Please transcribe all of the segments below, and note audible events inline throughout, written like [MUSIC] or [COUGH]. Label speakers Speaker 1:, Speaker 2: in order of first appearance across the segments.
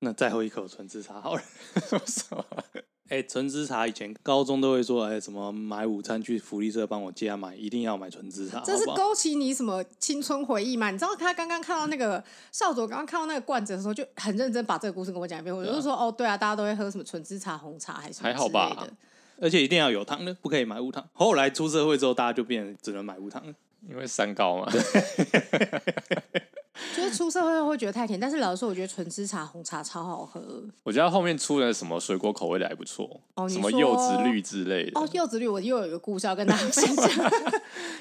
Speaker 1: 那再喝一口纯喫茶好了。 [LAUGHS] 我说，哎、纯喫茶以前高中都会说，哎、什么买午餐去福利社帮我家买，一定要买纯喫茶，
Speaker 2: 这是
Speaker 1: 好不好？
Speaker 2: 勾起你什么青春回忆吗？你知道他刚刚看到那个少佐刚刚看到那个罐子的时候，就很认真把这个故事跟我讲一遍。我就说哦，对啊，大家都会喝什么纯喫茶、红茶还是什么
Speaker 3: 还好
Speaker 2: 之
Speaker 3: 吧
Speaker 2: 类的
Speaker 1: 而且一定要有糖的，不可以买无糖。后来出社会之后，大家就变成只能买无糖。
Speaker 3: 因为三高嘛，
Speaker 2: 就是出社会会觉得太甜，但是老实说，我觉得纯喫茶、红茶超好喝。
Speaker 3: [LAUGHS] 我觉得它后面出了什么水果口味的还不错，
Speaker 2: 哦你
Speaker 3: 什么
Speaker 2: 说
Speaker 3: 柚子绿之类的。
Speaker 2: 哦，柚子绿，我又有一个故事要跟大家分享。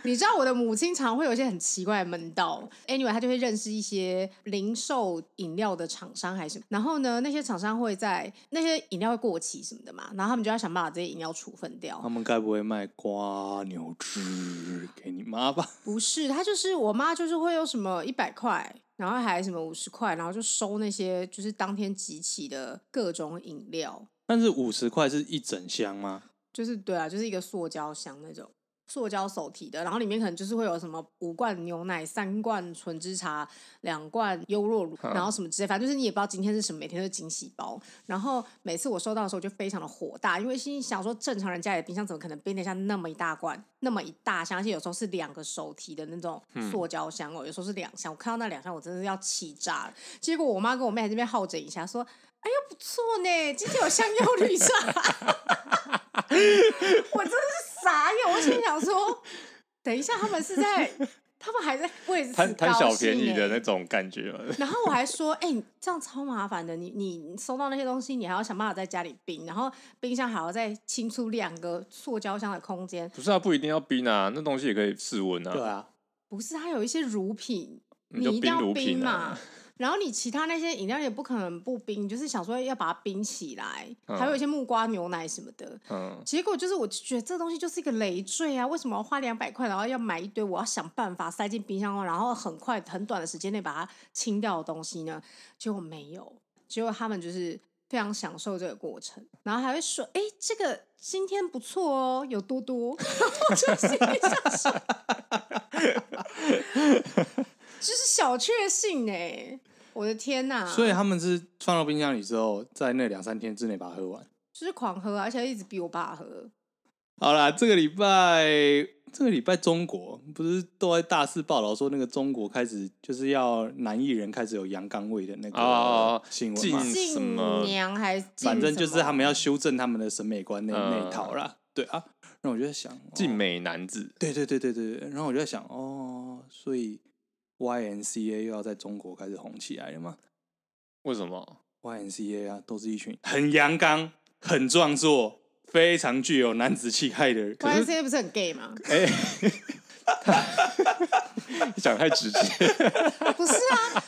Speaker 2: 你知道我的母亲常会有一些很奇怪的门道，anyway，她就会认识一些零售饮料的厂商还是什么。然后呢，那些厂商会在那些饮料会过期什么的嘛，然后他们就要想办法把这些饮料处分掉
Speaker 1: 他。们该不会卖瓜牛汁给你妈吧？
Speaker 2: 不是，她就是我妈，就是会有什么一百块，然后还什么五十块，然后就收那些就是当天集齐的各种饮料。
Speaker 1: 但是五十块是一整箱吗？
Speaker 2: 就是对啊，就是一个塑胶箱那种塑胶手提的，然后里面可能就是会有什么五罐牛奶、三罐纯芝茶、两罐优酪乳，然后什么之类，反正就是你也不知道今天是什么，每天都是惊喜包。然后每次我收到的时候就非常的火大，因为心里想说，正常人家里的冰箱怎么可能冰得下那么一大罐、那么一大箱？而且有时候是两个手提的那种
Speaker 3: 嗯
Speaker 2: 塑胶箱哦，有时候是两箱。我看到那两箱，我真的是要气炸了。结果我妈跟我妹还在那边好整一下，说：“哎呦，不错呢，今天有香柚绿
Speaker 3: [LAUGHS]
Speaker 2: 茶。”我真的是傻眼，我心想说，等一下他们是在，他们还在为此
Speaker 3: 贪贪小便宜的
Speaker 2: 高兴欸
Speaker 3: 那种感觉嘛，
Speaker 2: 然后我还说，哎、你这样超麻烦的，你你你收到那些东西，你还要想办法在家里冰，然后冰箱还要再清出两个塑胶箱的空间。
Speaker 3: 不是啊，不一定要冰啊，那东西也可以室温
Speaker 1: 对
Speaker 3: 啊，
Speaker 1: 啊，
Speaker 2: 不是，它有一些乳品，
Speaker 3: 你
Speaker 2: 你
Speaker 3: 就
Speaker 2: 一定
Speaker 3: 冰
Speaker 2: 要
Speaker 3: 乳
Speaker 2: 冰
Speaker 3: 品
Speaker 2: 嘛
Speaker 3: 啊。
Speaker 2: 然后你其他那些饮料也不可能不冰，你就是想说要把它冰起来，还有一些木瓜牛奶什么的。
Speaker 3: 嗯，
Speaker 2: 结果就是，我就觉得这东西就是一个累赘啊！为什么要花两百块，然后要买一堆我要想办法塞进冰箱，然后很快很短的时间内把它清掉的东西呢？结果没有，结果他们就是非常享受这个过程，然后还会说：“哎，这个今天不错哦，有多多。” [LAUGHS] 我就心里想说，就是小确幸哎、我的天呐！
Speaker 1: 所以他们是放到冰箱里之后，在那两三天之内把它喝完。
Speaker 2: 就是狂喝啊，而且一直逼我爸喝。
Speaker 1: 好啦，这个礼拜，这个礼拜中国不是都在大肆报道说那个中国开始就是要男艺人开始有阳刚味的那
Speaker 3: 哦
Speaker 1: 个新闻
Speaker 3: 禁
Speaker 1: 嘛？
Speaker 3: 什
Speaker 2: 敬
Speaker 3: 么
Speaker 2: 娘还是
Speaker 1: 嗯反正
Speaker 2: 敬
Speaker 1: 就
Speaker 2: 什
Speaker 1: 是他
Speaker 2: 么
Speaker 1: 们要修正他们的审美观那、那一套
Speaker 3: 嗯
Speaker 1: 啦。对啊，那我就在想，
Speaker 3: 健
Speaker 1: 哦
Speaker 3: 美男子，
Speaker 1: 对对对对对，对然后我就在想，哦，所以 YNCA 又要在中国开始红起来了吗
Speaker 3: 为什
Speaker 2: [LAUGHS]
Speaker 3: 么？
Speaker 1: ？YNCA 啊，都是一群很阳刚、很壮硕、非常具有男子气概的人。可
Speaker 2: Y
Speaker 1: 是
Speaker 2: C 不是很 gay 吗？
Speaker 3: 哎、讲太直接，
Speaker 2: 不是啊，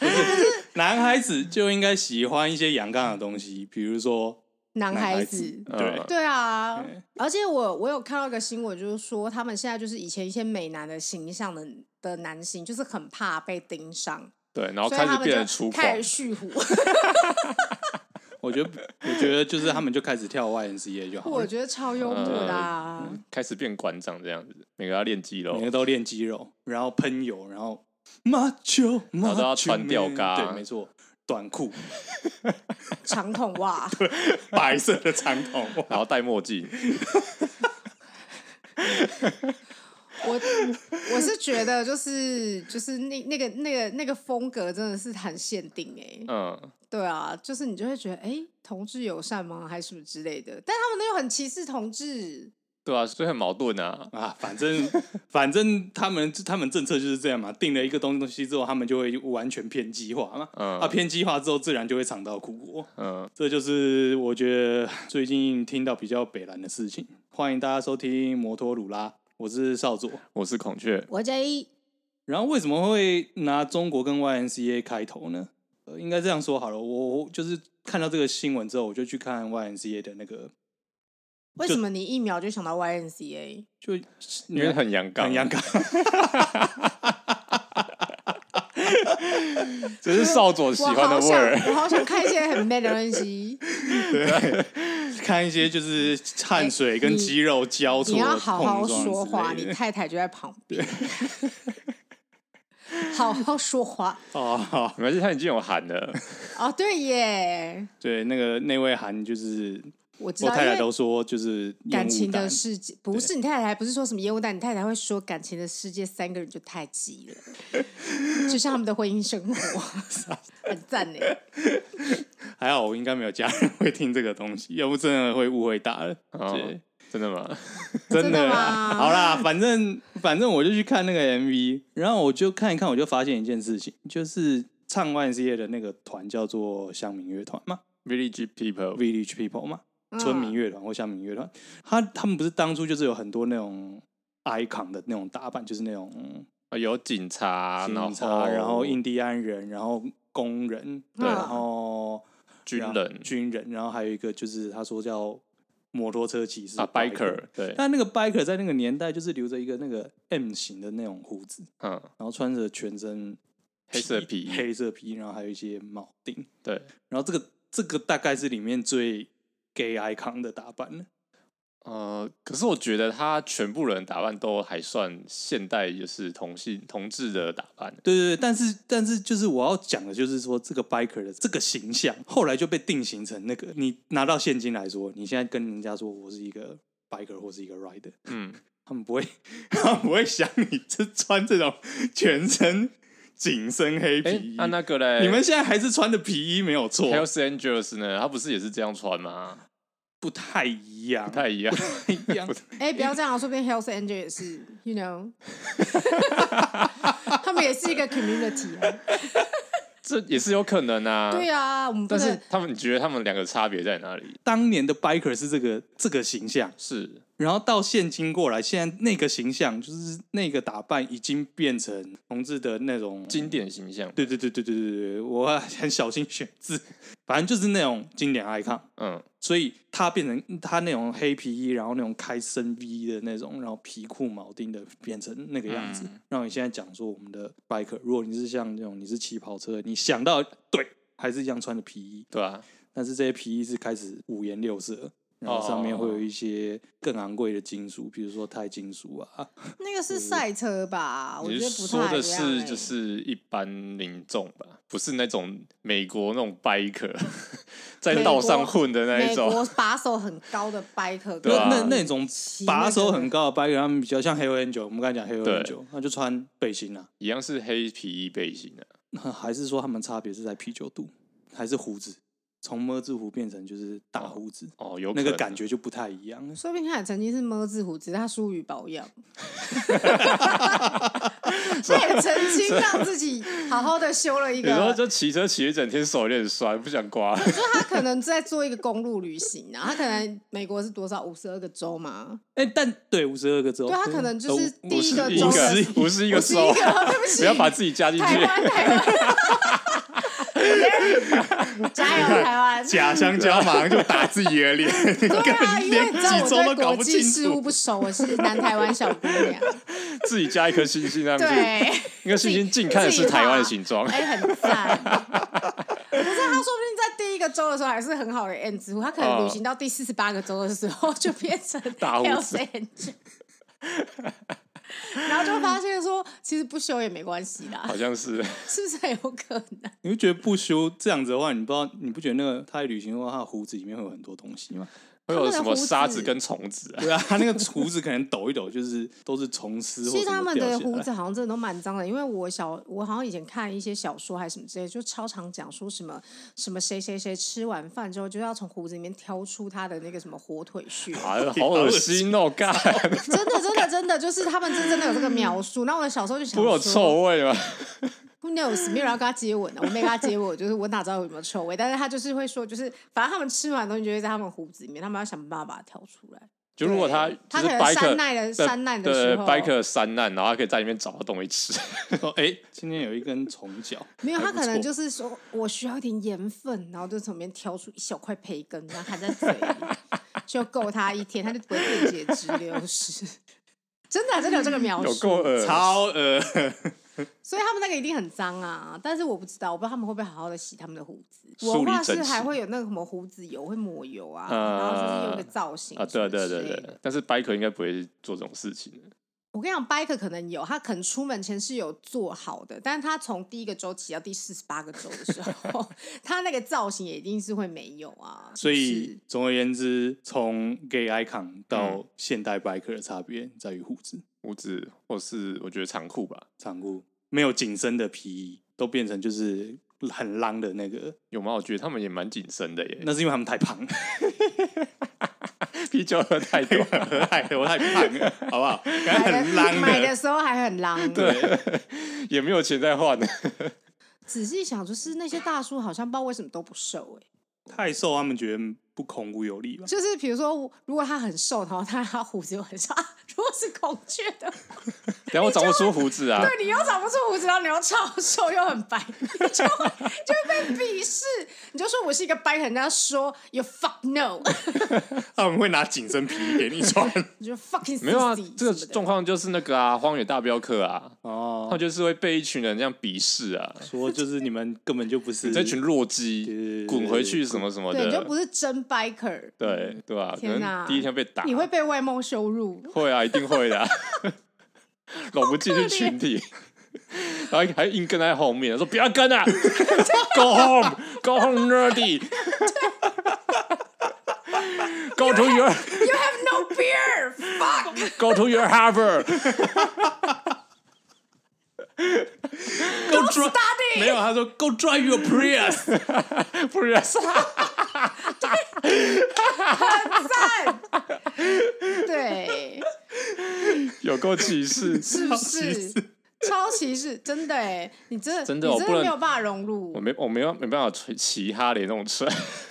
Speaker 1: 男孩子就应该喜欢一些阳刚的东西，比如说
Speaker 2: 男孩
Speaker 1: 子
Speaker 2: 子。。
Speaker 3: 嗯
Speaker 1: 对，
Speaker 2: 对啊，而且我我有看到一个新闻，就是说他们现在就是以前一些美男的形象的的男星，就是很怕被盯上，
Speaker 3: [LAUGHS] 对，然后
Speaker 2: 所以
Speaker 3: 开
Speaker 2: 他
Speaker 3: 始变得
Speaker 2: 们
Speaker 3: 粗
Speaker 2: 就
Speaker 3: 犷，
Speaker 2: 开始蓄胡。
Speaker 1: 我觉得，我觉得就是他们就开始跳 YNCA 就好
Speaker 2: 我
Speaker 1: 了，
Speaker 2: 觉得超幽默的啊，
Speaker 3: 开始变馆长这样子，每个要练肌肉
Speaker 1: 每，个都练肌肉，然后喷油，然后马球，马
Speaker 3: 后都要
Speaker 1: 球
Speaker 3: 穿吊
Speaker 1: man
Speaker 3: 嘎
Speaker 1: 对，没错，短裤，
Speaker 2: 长筒袜。
Speaker 1: 白色的长筒袜。
Speaker 3: 然后戴墨镜，
Speaker 2: 我我是觉得就是就是那那个那个那个风格真的是很限定哎、
Speaker 3: 嗯，
Speaker 2: 对啊，就是你就会觉得，哎、同志友善吗？还是什么之类的？但他们又很歧视同志，
Speaker 3: 对啊，所以很矛盾啊，
Speaker 1: 啊，反正 [LAUGHS] 反正他们他们政策就是这样嘛，定了一个东西之后，他们就会完全偏激化嘛。
Speaker 3: 嗯
Speaker 1: 啊，偏激化之后，自然就会尝到苦果。
Speaker 3: 嗯，
Speaker 1: 这就是我觉得最近听到比较北蓝的事情。欢迎大家收听摩托鲁拉，我是少佐。
Speaker 3: 我是孔雀，
Speaker 2: 我这一
Speaker 1: 然后为什么会拿中国跟 YNCA 开头呢？呃，应该这样说好了，我我就是看到这个新闻之后，我就去看 YNCA 的那个，
Speaker 2: 为什么你一秒就想到 YNCA？
Speaker 1: 就 [LAUGHS]
Speaker 3: 因为很阳刚，
Speaker 1: 很阳，刚，
Speaker 3: 只是少佐喜
Speaker 2: 我
Speaker 3: 欢的
Speaker 2: 好
Speaker 3: 味
Speaker 2: 想，
Speaker 3: 儿，
Speaker 2: 我好想看一些
Speaker 1: [LAUGHS]
Speaker 2: 很 man 的东西。
Speaker 1: 看一些就是汗水跟肌肉交错
Speaker 2: 哎你
Speaker 1: 的
Speaker 2: 要
Speaker 1: 碰
Speaker 2: 好
Speaker 1: 撞
Speaker 2: 好
Speaker 1: 之
Speaker 2: 说话，
Speaker 1: 类
Speaker 2: 你
Speaker 1: 的
Speaker 2: 太太就在旁边。好好说话
Speaker 1: 哦，好
Speaker 3: 没关系，他已经有
Speaker 2: [LAUGHS]
Speaker 3: 喊了，
Speaker 2: 啊！对耶，
Speaker 1: 对，那个那位韩就是
Speaker 2: 我知
Speaker 1: 我
Speaker 2: 道，
Speaker 1: 太
Speaker 2: 因
Speaker 1: 太
Speaker 2: 为
Speaker 1: 都说 [LAUGHS] 就是厌恶
Speaker 2: 感情的
Speaker 1: 感
Speaker 2: 世界不是你太太，不是说什么烟雾弹，你太太会说感情的世界三个人就太急了，
Speaker 1: [LAUGHS]
Speaker 2: 就像他们的婚姻生活， [LAUGHS] 很赞
Speaker 1: [LAUGHS]
Speaker 2: 呢。
Speaker 1: 还好我应该没有家人会听这个东西，要不真的会误会大了。
Speaker 2: [LAUGHS]
Speaker 3: 哦
Speaker 1: 对，
Speaker 3: 真的吗？
Speaker 1: 真
Speaker 2: 真的
Speaker 1: 啦
Speaker 2: 吗
Speaker 1: 好啦，反正反正我就去看那个 MV，然后我就看一看，我就发现一件事情，就是唱 YMCA 的那个团叫做乡民乐团嘛
Speaker 3: Village People，
Speaker 1: ，Village People 嘛，村
Speaker 2: 嗯
Speaker 1: 民乐团或乡民乐团，他他们不是当初就是有很多那种 icon 的那种打扮，就是那种
Speaker 3: 啊有警察，
Speaker 1: 警
Speaker 3: 然
Speaker 1: 察，然后印第安人，然后工人，
Speaker 2: 对
Speaker 1: 然后
Speaker 3: 军
Speaker 1: 然后
Speaker 3: 人
Speaker 1: 军人，然后还有一个就是他说叫摩托车骑士
Speaker 3: 啊 biker，对，
Speaker 1: 但那个 biker 在那个年代就是留着一个那个 M 型的那种胡子，
Speaker 3: 嗯，
Speaker 1: 然后穿着全身
Speaker 3: 黑色皮衣
Speaker 1: 黑色皮衣，然后还有一些铆钉，
Speaker 3: 对，
Speaker 1: 然后这个这个大概是里面最 gay icon 的打扮了。
Speaker 3: 呃，可是我觉得他全部人打扮都还算现代，就是同性同志的打扮。
Speaker 1: 对对对，但是但是就是我要讲的就是说，这个 biker 的这个形象后来就被定型成那个，你拿到现金来说，你现在跟人家说我是一个 biker 或是一个 rider，
Speaker 3: 嗯，
Speaker 1: 他们不会， [LAUGHS] 他们不会想你是穿这种全身紧身黑
Speaker 3: 哎、
Speaker 1: 皮衣。
Speaker 3: 那、那个嘞，
Speaker 1: 你们现在还是穿的皮衣没有错，
Speaker 3: Hells Angels 呢？他不是也是这样穿吗？
Speaker 1: 不太一样，
Speaker 3: 不太 [LAUGHS] 一样。
Speaker 1: 一样。
Speaker 2: 哎、不要这样，说不定 Hells Angel 也是，you know，他们也是一个 community 啊。
Speaker 3: 这也是有可能啊。
Speaker 2: 对啊，我们不
Speaker 3: 但
Speaker 2: 能
Speaker 3: 是他们，你觉得他们两个差别在哪里？
Speaker 1: 当年的 biker 是这个这个形象，
Speaker 3: 是
Speaker 1: 然后到现今过来，现在那个形象就是那个打扮已经变成同志的那种
Speaker 3: 经典形象。
Speaker 1: 对对对对对对对，我 [LAUGHS] 很小心选字，反正就是那种经典 icon，
Speaker 3: 嗯，
Speaker 1: 所以他变成他那种黑皮衣，然后那种开深 V 的那种，然后皮裤铆钉的变成那个样子。
Speaker 3: 嗯
Speaker 1: 然后你现在讲说我们的 biker，如果你是像这种你是骑跑车，你想到对还是一样穿的皮衣，
Speaker 3: 对啊，
Speaker 1: 但是这些皮衣是开始五颜六色。然后上面会有一些更昂贵的金属，比如说钛金属啊，
Speaker 2: 那个是赛车吧？我
Speaker 3: 嗯你
Speaker 2: 觉得
Speaker 3: 是
Speaker 2: 不
Speaker 3: 说
Speaker 2: 太
Speaker 3: 的
Speaker 2: 一样、
Speaker 3: 是
Speaker 2: 欸。
Speaker 3: 就是 [LAUGHS] 一般民众吧，不是那种美国那种 biker 在道上混的那一
Speaker 2: 美
Speaker 3: 种。
Speaker 2: 国把手很高的 biker，
Speaker 3: 对啊
Speaker 1: 那那那种
Speaker 2: 骑那
Speaker 1: 把手
Speaker 2: 个
Speaker 1: 很高的 biker，他们比较像黑 o N 九，我们刚才讲黑 o N 九
Speaker 3: 对，
Speaker 1: 那就穿背心啊， [LAUGHS]
Speaker 3: 一样是黑皮衣背心啊，
Speaker 1: 那还是说他们差别是在啤酒肚，还是胡子？从么字胡变成就是大胡子，
Speaker 3: 哦，有
Speaker 1: 那
Speaker 3: 可
Speaker 1: 个
Speaker 3: 能
Speaker 1: 感觉就不太一样了。
Speaker 2: 说不定他也曾经是么字胡子，他疏于保
Speaker 3: [LAUGHS]
Speaker 2: 养，他也曾经让自己好好的修了一
Speaker 3: 有时候
Speaker 2: 个。
Speaker 3: 就骑车骑一整天，手有点酸，不想刮。
Speaker 2: 他可能在做一个公路旅行啊，他可能美国是多少五十二个州嘛？
Speaker 1: 哎、但对五十二个州，
Speaker 2: 对他啊可能就是
Speaker 1: 呃
Speaker 2: 第一个
Speaker 3: 一
Speaker 2: 州的
Speaker 3: 个，不是一个
Speaker 2: 51个，
Speaker 3: 手，
Speaker 2: 对不起，
Speaker 3: 不要把自己加进去。
Speaker 2: 台湾台湾，加油台湾！
Speaker 1: 假香蕉马上就打自己的脸，
Speaker 3: [LAUGHS]
Speaker 2: 对啊，因为你知道
Speaker 1: 几
Speaker 2: 我
Speaker 1: 州都
Speaker 2: 对
Speaker 1: 搞
Speaker 2: 国
Speaker 1: 不
Speaker 2: 际
Speaker 1: 清
Speaker 2: 事务
Speaker 1: 楚。
Speaker 2: 不熟，我是南台湾小姑娘。
Speaker 3: 自己加一颗星星上去，
Speaker 2: [LAUGHS] 对，
Speaker 3: 一个星星近看的是台湾的
Speaker 2: [LAUGHS]
Speaker 3: 形状。
Speaker 2: 哎、很赞。可是他说不定在第一个周的时候还是很好的 N 字户，他可能旅行到第四十八个周的时候就变 [LAUGHS] 成
Speaker 3: 大户
Speaker 2: Hells Angel 然后就发现说，其实不修也没关系啦，
Speaker 3: 好像是，
Speaker 2: 是不是很有可能？
Speaker 1: 你会觉得不修这样子的话，你不知道，你不觉得那个他旅行的话，他的胡子里面会有很多东西吗？
Speaker 3: 会有什么沙子跟虫子
Speaker 1: [LAUGHS]
Speaker 3: 啊？
Speaker 1: 对啊，他那个胡子可能抖一抖，就是都是虫丝或
Speaker 2: 其实
Speaker 1: 什
Speaker 2: 他
Speaker 1: 么
Speaker 2: 们
Speaker 1: 掉
Speaker 2: 的
Speaker 1: 下
Speaker 2: 胡
Speaker 1: 来。
Speaker 2: 子好像真的都蛮脏的，因为我小我好像以前看一些小说还是什么之类的，就超常讲说什么什么谁谁谁吃完饭之后就要从胡子里面挑出他的那个什么火腿屑，
Speaker 3: 啊，好恶心哦！干，
Speaker 2: 真的，真的，真的，就是他们是真的有这个描述。那我小时候就想
Speaker 3: 不
Speaker 2: 说，
Speaker 3: 会有臭
Speaker 1: [LAUGHS]
Speaker 3: 味吗？
Speaker 2: ，Who knows？没有人要跟他接吻的、我没跟他接吻，就是我哪知道有没有臭味？但是他就是会说，就是反正他们吃完东西就会在他们胡子里面，他们要想办法把它挑出来。
Speaker 3: 就如果他
Speaker 2: 对
Speaker 3: 就
Speaker 2: 他
Speaker 3: 是
Speaker 2: 可能
Speaker 3: biker
Speaker 2: 山难的山难的时
Speaker 3: 对
Speaker 2: 候
Speaker 3: biker 山难，然后他可以在里面找到东西吃。 [LAUGHS]
Speaker 1: [LAUGHS] 哦哎、今天有一根虫脚，
Speaker 2: 没有，
Speaker 1: 还
Speaker 2: 他
Speaker 1: 不
Speaker 2: 可能
Speaker 1: 错
Speaker 2: 就是说我需要一点盐分，然后就从里面挑出一小块培根，然后含在嘴里，就够他一天，他就不会电解质流失。真的、啊真的有这个描述，
Speaker 3: 有够恶
Speaker 1: 超恶。
Speaker 2: 所以他们那个一定很脏啊，但是我不知道，我不知道他们会不会好好的洗他们的胡子。
Speaker 3: 梳
Speaker 2: 我
Speaker 3: 理
Speaker 2: 画
Speaker 3: 整
Speaker 2: 是
Speaker 3: 齐
Speaker 2: 还会有那个什么胡子油，会抹油啊，
Speaker 3: 呃
Speaker 2: 然后就是有一个造型
Speaker 3: 啊，对
Speaker 2: 什么
Speaker 3: 对
Speaker 2: 之
Speaker 3: 对
Speaker 2: 类的
Speaker 3: 对，但是 biker 应该不会做这种事情的。
Speaker 2: 我跟你讲，biker 可能有，他可能出门前是有做好的，但是他从第一个周期到第四十八个周的时
Speaker 1: [LAUGHS]
Speaker 2: 候，他那个造型也一定是会没有啊。
Speaker 1: 所
Speaker 2: 是
Speaker 1: 以总而言之，从 gay icon 到
Speaker 3: 嗯
Speaker 1: 现代 biker 的差别在于胡子、
Speaker 3: 胡子或是我觉得长裤吧，
Speaker 1: 长裤，没有紧身的皮衣，都变成就是很浪的那个。
Speaker 3: 有吗？我觉得他们也蛮紧身的耶。
Speaker 1: 那是因为他们太胖了，
Speaker 3: [LAUGHS] 啤酒喝太多，
Speaker 1: [LAUGHS] 太我太胖
Speaker 3: [LAUGHS]
Speaker 1: 了，好不好？感觉很浪
Speaker 2: 买
Speaker 1: 的
Speaker 2: 的，时候还很
Speaker 1: [LAUGHS]
Speaker 2: 狼。
Speaker 1: 对，
Speaker 3: 也没有钱再换。
Speaker 2: 仔细想，就是那些大叔好像不知道为什么都不瘦哎、
Speaker 1: 太瘦他们觉得不孔武有力吧？
Speaker 2: 就是比如说，如果他很瘦，然后他他胡子又很少，啊 [LAUGHS] 如果是孔雀的话，
Speaker 3: 等下我长不出胡子啊！
Speaker 2: 对你又长不出胡子，然后你又超瘦又很白，你就会就会被鄙视。你就说我是一个白人，人家说 you fuck no，
Speaker 1: 他们会拿紧身皮衣给你穿
Speaker 2: 你就 fucking
Speaker 3: [LAUGHS] 没有啊
Speaker 2: sissy，
Speaker 3: 这个
Speaker 2: 什么的
Speaker 3: 状况就是那个啊，《荒野大镖客》啊，他
Speaker 1: 哦
Speaker 3: 们。就是会被一群人这样鄙视啊，
Speaker 1: 说就是你们根本就不是
Speaker 3: 你这群弱
Speaker 1: 对对
Speaker 3: 鸡
Speaker 1: 对对
Speaker 3: 滚回去什么什么
Speaker 2: 对，你就不
Speaker 3: 的，
Speaker 2: 是真 biker，
Speaker 3: 对对吧？可
Speaker 2: 天哪
Speaker 3: 能第一天被打，
Speaker 2: 你会被外貌羞辱。
Speaker 3: 会啊，一定会
Speaker 2: [LAUGHS]
Speaker 3: 的啊，拢不进去群体。然后还硬跟在后面，说不要跟啊，Go home，Go home [LAUGHS] nerdy，Go to your
Speaker 2: You
Speaker 3: [LAUGHS]
Speaker 2: have no beer, [LAUGHS] fuck！
Speaker 3: Go to your Harvard， [LAUGHS]
Speaker 1: go drive，
Speaker 2: study
Speaker 1: 没有，他说 go drive your Prius，
Speaker 3: 不是啊
Speaker 2: [LAUGHS]
Speaker 3: 啊
Speaker 2: 赞，
Speaker 3: [LAUGHS]
Speaker 2: 对，
Speaker 3: 有够歧视，
Speaker 2: 是不
Speaker 1: 歧
Speaker 2: 是？ [LAUGHS] 超歧视，真的哎，你真的
Speaker 3: 真的
Speaker 2: 你
Speaker 3: 我
Speaker 2: 真
Speaker 3: 不
Speaker 2: 的
Speaker 3: 能
Speaker 2: 没有办法融入
Speaker 3: 我，没我没有没办法骑骑哈雷那种车，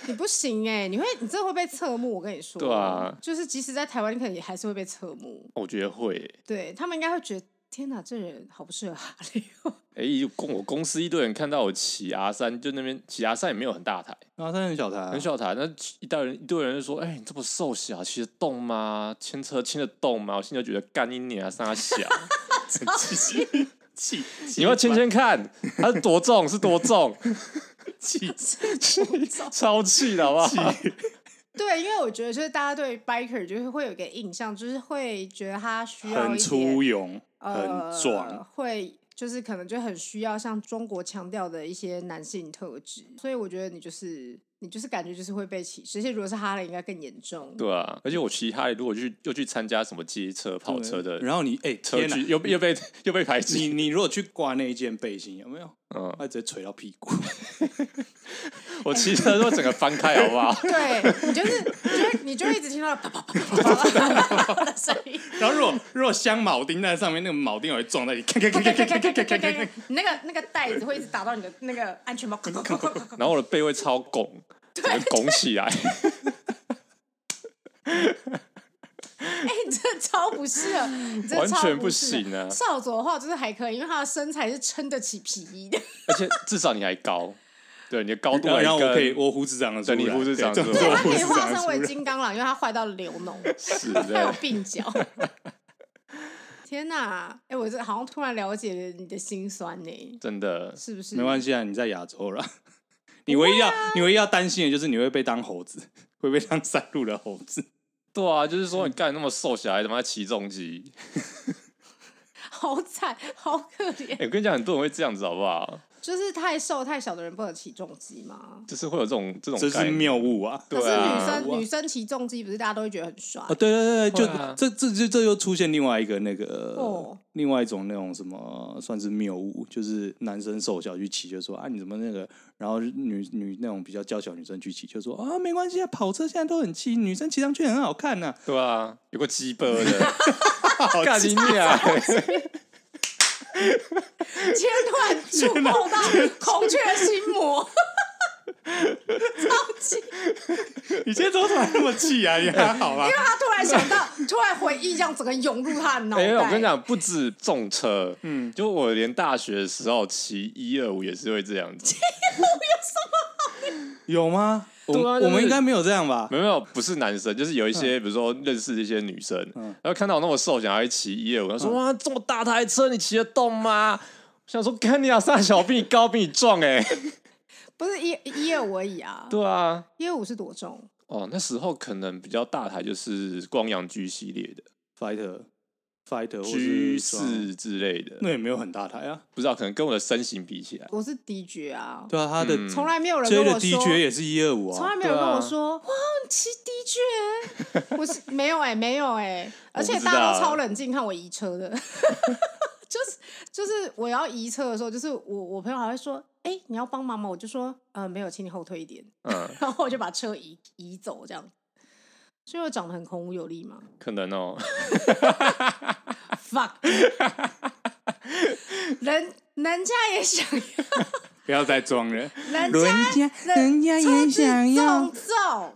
Speaker 2: 你不行哎，你会你真的会被侧目，我跟你说，
Speaker 3: 对啊
Speaker 2: 就是即使在台湾，你可能也还是会被侧目，
Speaker 3: 我觉得会欸。
Speaker 2: 对他们应该会觉得天哪，这人好不适合哈雷哦，
Speaker 3: 哎、公我公司一堆人看到我骑 R 三，就那边骑 R 三也没有很大台，
Speaker 1: [LAUGHS] 然后他很小台啊，
Speaker 3: 很小台。那一大人一堆人就说：“哎、你这么瘦小，骑得动吗？牵车牵得动吗？”我心里就觉得干你娘，傻小，
Speaker 1: [LAUGHS] 气气，
Speaker 3: 你要牵牵看，它是多重是多重，
Speaker 1: 气，
Speaker 3: [LAUGHS] 超气的好不好？
Speaker 2: 对，因为我觉得就是大家对 biker 就是会有一个印象，就是会觉得他需要
Speaker 1: 很
Speaker 2: 一点
Speaker 1: 粗勇，
Speaker 2: 呃
Speaker 1: 很壮，
Speaker 2: 会就是可能就很需要像中国强调的一些男性特质，所以我觉得你就是你就是感觉就是会被歧视，而且如果是哈雷应该更严重。
Speaker 3: 对啊，而且我骑哈雷，如果去又去参加什么街车、跑车的
Speaker 1: 然后你哎，
Speaker 3: 车
Speaker 1: 天哪
Speaker 3: 距，又又
Speaker 1: [LAUGHS]
Speaker 3: 被又被排
Speaker 1: 你
Speaker 3: 挤，
Speaker 1: 你如果去挂那一件背心，有没有？
Speaker 3: 嗯，
Speaker 1: 他直接捶到屁股，
Speaker 3: 我骑车都整个翻开好不好？ [LAUGHS]
Speaker 2: 对你就是你就会你就会一直听到啪啪啪啪啪啪啪啪的声音。
Speaker 1: 然后如果如果镶铆钉在上面，那个铆钉也会撞在你，咔咔咔咔咔咔咔咔咔咔，
Speaker 2: 你那个那个袋子会一直打到你的那个安全帽，
Speaker 3: 然后我的背会超拱，整个拱起来。
Speaker 2: 哎、你真的超不适合，你真的
Speaker 3: 完
Speaker 2: 超
Speaker 3: 全
Speaker 2: 不
Speaker 3: 不
Speaker 2: 适合
Speaker 3: 行啊
Speaker 2: 少佐的话就是还可以，因为他的身材是撑得起皮衣的。
Speaker 3: 而且至少你还高，对你的高度
Speaker 1: 然后
Speaker 3: 还
Speaker 1: 然后我可以
Speaker 3: 跟
Speaker 1: 我胡子长得出来，
Speaker 3: 对你胡子长得出来
Speaker 1: 对
Speaker 2: 他可
Speaker 1: 我
Speaker 2: 以
Speaker 1: 胡子
Speaker 2: 化
Speaker 1: 长得
Speaker 2: 身
Speaker 1: 出
Speaker 2: 为
Speaker 1: 来
Speaker 2: 金刚狼，因为他坏到流脓，
Speaker 3: 是
Speaker 2: 他有
Speaker 3: 的，
Speaker 2: 鬓角。天哪！哎、我这好像突然了解了你的心酸呢，
Speaker 3: 真的
Speaker 2: 是不是？
Speaker 1: 没关系啊，你在亚洲了，你唯一要你唯一要担心的就是你会被当猴子，会被当山路的猴子。
Speaker 3: 对啊，就是说你干那么瘦小孩，怎么还骑重机？
Speaker 2: [LAUGHS] 好惨，好可怜
Speaker 3: 哎、。我跟你讲，很多人会这样子，好不好？
Speaker 2: 就是太瘦太小的人不能起重机嘛。
Speaker 3: 就是会有这种这种
Speaker 1: 这
Speaker 3: 概
Speaker 1: 是
Speaker 3: 念
Speaker 1: 谬误啊！
Speaker 2: 可是
Speaker 3: 对啊
Speaker 2: 女生、
Speaker 1: 哇
Speaker 2: 女生起重机不是大家都会觉得很帅
Speaker 1: 啊，？
Speaker 2: [LAUGHS]
Speaker 1: 对对对，就、
Speaker 3: 会啊
Speaker 1: 这这这这又出现另外一个那个、
Speaker 2: 哦
Speaker 1: 另外一种那种什么算是谬误，就是男生瘦小去骑就说啊你怎么那个，然后女女那种比较娇小女生去骑就说啊没关系啊，跑车现在都很骑，女生骑上去很好看呐、
Speaker 3: 对啊，有个鸡巴的，干你娘！哎
Speaker 2: 今天突然触碰到孔雀心魔，超级。
Speaker 1: [LAUGHS] 你今天怎么突然那么气啊？你还好吧？
Speaker 2: 他突然想到，突然回忆，这样整个涌入他的脑
Speaker 3: 哎、
Speaker 2: 袋。
Speaker 3: 我跟你，讲，不止重车，嗯，就我连大学的时候骑一二五也是会这样子，
Speaker 1: 有吗？我们、
Speaker 3: 对啊就是
Speaker 1: 我们应该没有这样吧？
Speaker 3: 没有没有，不是男生，就是有一
Speaker 1: 嗯
Speaker 3: 些，比如说认识的一些女生，然后看到我那么瘦，想要去骑一二五，她
Speaker 1: 嗯
Speaker 3: 说、哇，这么大台车你骑得动吗？我想说，看你啊，傻小比你高比你壮
Speaker 1: [LAUGHS]
Speaker 3: 哎、
Speaker 2: 不是一一二五而已啊，
Speaker 3: 对啊，
Speaker 2: 一二五是多重？
Speaker 3: 哦，那时候可能比较大台就是光阳居系列的，
Speaker 1: Fighter Fighter 或
Speaker 3: G
Speaker 1: 是双
Speaker 3: 四之类的，
Speaker 1: 那也没有很大台啊。
Speaker 3: 不知道可能跟我的身形比起来，
Speaker 2: 我是 DJ 啊，
Speaker 1: 对啊，他的
Speaker 3: 嗯
Speaker 2: 从来没有人
Speaker 1: 追
Speaker 2: 跟
Speaker 1: 的
Speaker 2: 我
Speaker 1: DJ
Speaker 2: 说。
Speaker 1: 也是一二五
Speaker 2: 从来
Speaker 1: 啊。
Speaker 2: 没有人
Speaker 3: 对啊
Speaker 2: 跟我说、哇，你骑 DJ，欸我是 [LAUGHS] 没有哎、没有哎、而且
Speaker 3: 我不知道
Speaker 2: 大家都超冷静看我移车
Speaker 3: [LAUGHS]
Speaker 2: 的，就是就是我要移车的时候，就是我我朋友还会说，哎、你要帮忙吗？我就说，呃，没有，请你后退一点，
Speaker 3: 嗯，
Speaker 2: [LAUGHS] 然后我就把车移移走这样。所以我长得很孔武有力嘛
Speaker 3: 可能哦， [LAUGHS]
Speaker 2: ，fuck，人人家也想要
Speaker 1: 不要再装了，
Speaker 2: 人
Speaker 1: 人
Speaker 2: 家
Speaker 1: 家人家也想要
Speaker 2: 重，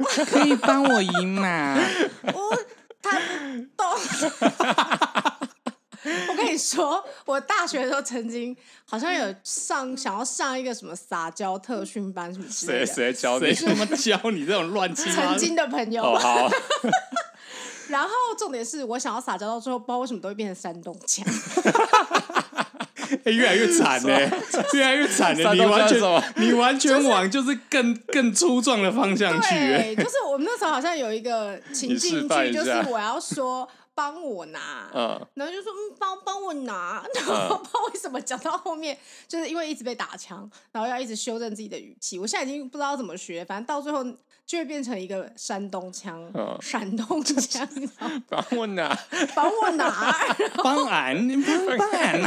Speaker 2: 重，
Speaker 1: 可以帮我赢 [LAUGHS] 嘛？
Speaker 2: 我看不懂。 [LAUGHS] 我跟你说，我大学的时候曾经好像有上想要上一个什么撒娇特训班什么之类
Speaker 3: 谁
Speaker 2: 的，
Speaker 3: 谁教你
Speaker 1: 谁？他妈 [LAUGHS] 教你这种乱七八
Speaker 2: 曾
Speaker 1: 糟？
Speaker 2: 经的朋友。
Speaker 3: 哦，好，
Speaker 2: 然后重点是我想要撒娇到最后，不知道为什么都会变成山东
Speaker 3: [LAUGHS]
Speaker 2: 腔。
Speaker 1: 哎越来越惨呢，越来越惨呢。[LAUGHS]
Speaker 3: 山
Speaker 1: 你
Speaker 3: 东
Speaker 1: 完
Speaker 3: 叫什么
Speaker 1: [LAUGHS] 全你完全往就是更更粗壮的方向去欸。
Speaker 2: 对，就是我们那时候好像有一个情
Speaker 3: 你
Speaker 2: 境
Speaker 3: 示范
Speaker 2: 剧，
Speaker 3: 一
Speaker 2: 就
Speaker 3: 下
Speaker 2: 是我要说帮我拿，
Speaker 3: [LAUGHS] 嗯，
Speaker 2: 然后就说嗯，帮帮我拿，然后 [LAUGHS] 不知道为什么讲到后面，就是因为一直被打枪，然后要一直修正自己的语气。我现在已经不知道怎么学，反正到最后就会变成一个山东腔，
Speaker 3: 嗯
Speaker 2: 山东腔，然后
Speaker 3: 帮我拿，
Speaker 2: 帮我拿，
Speaker 1: 帮俺，你帮帮俺，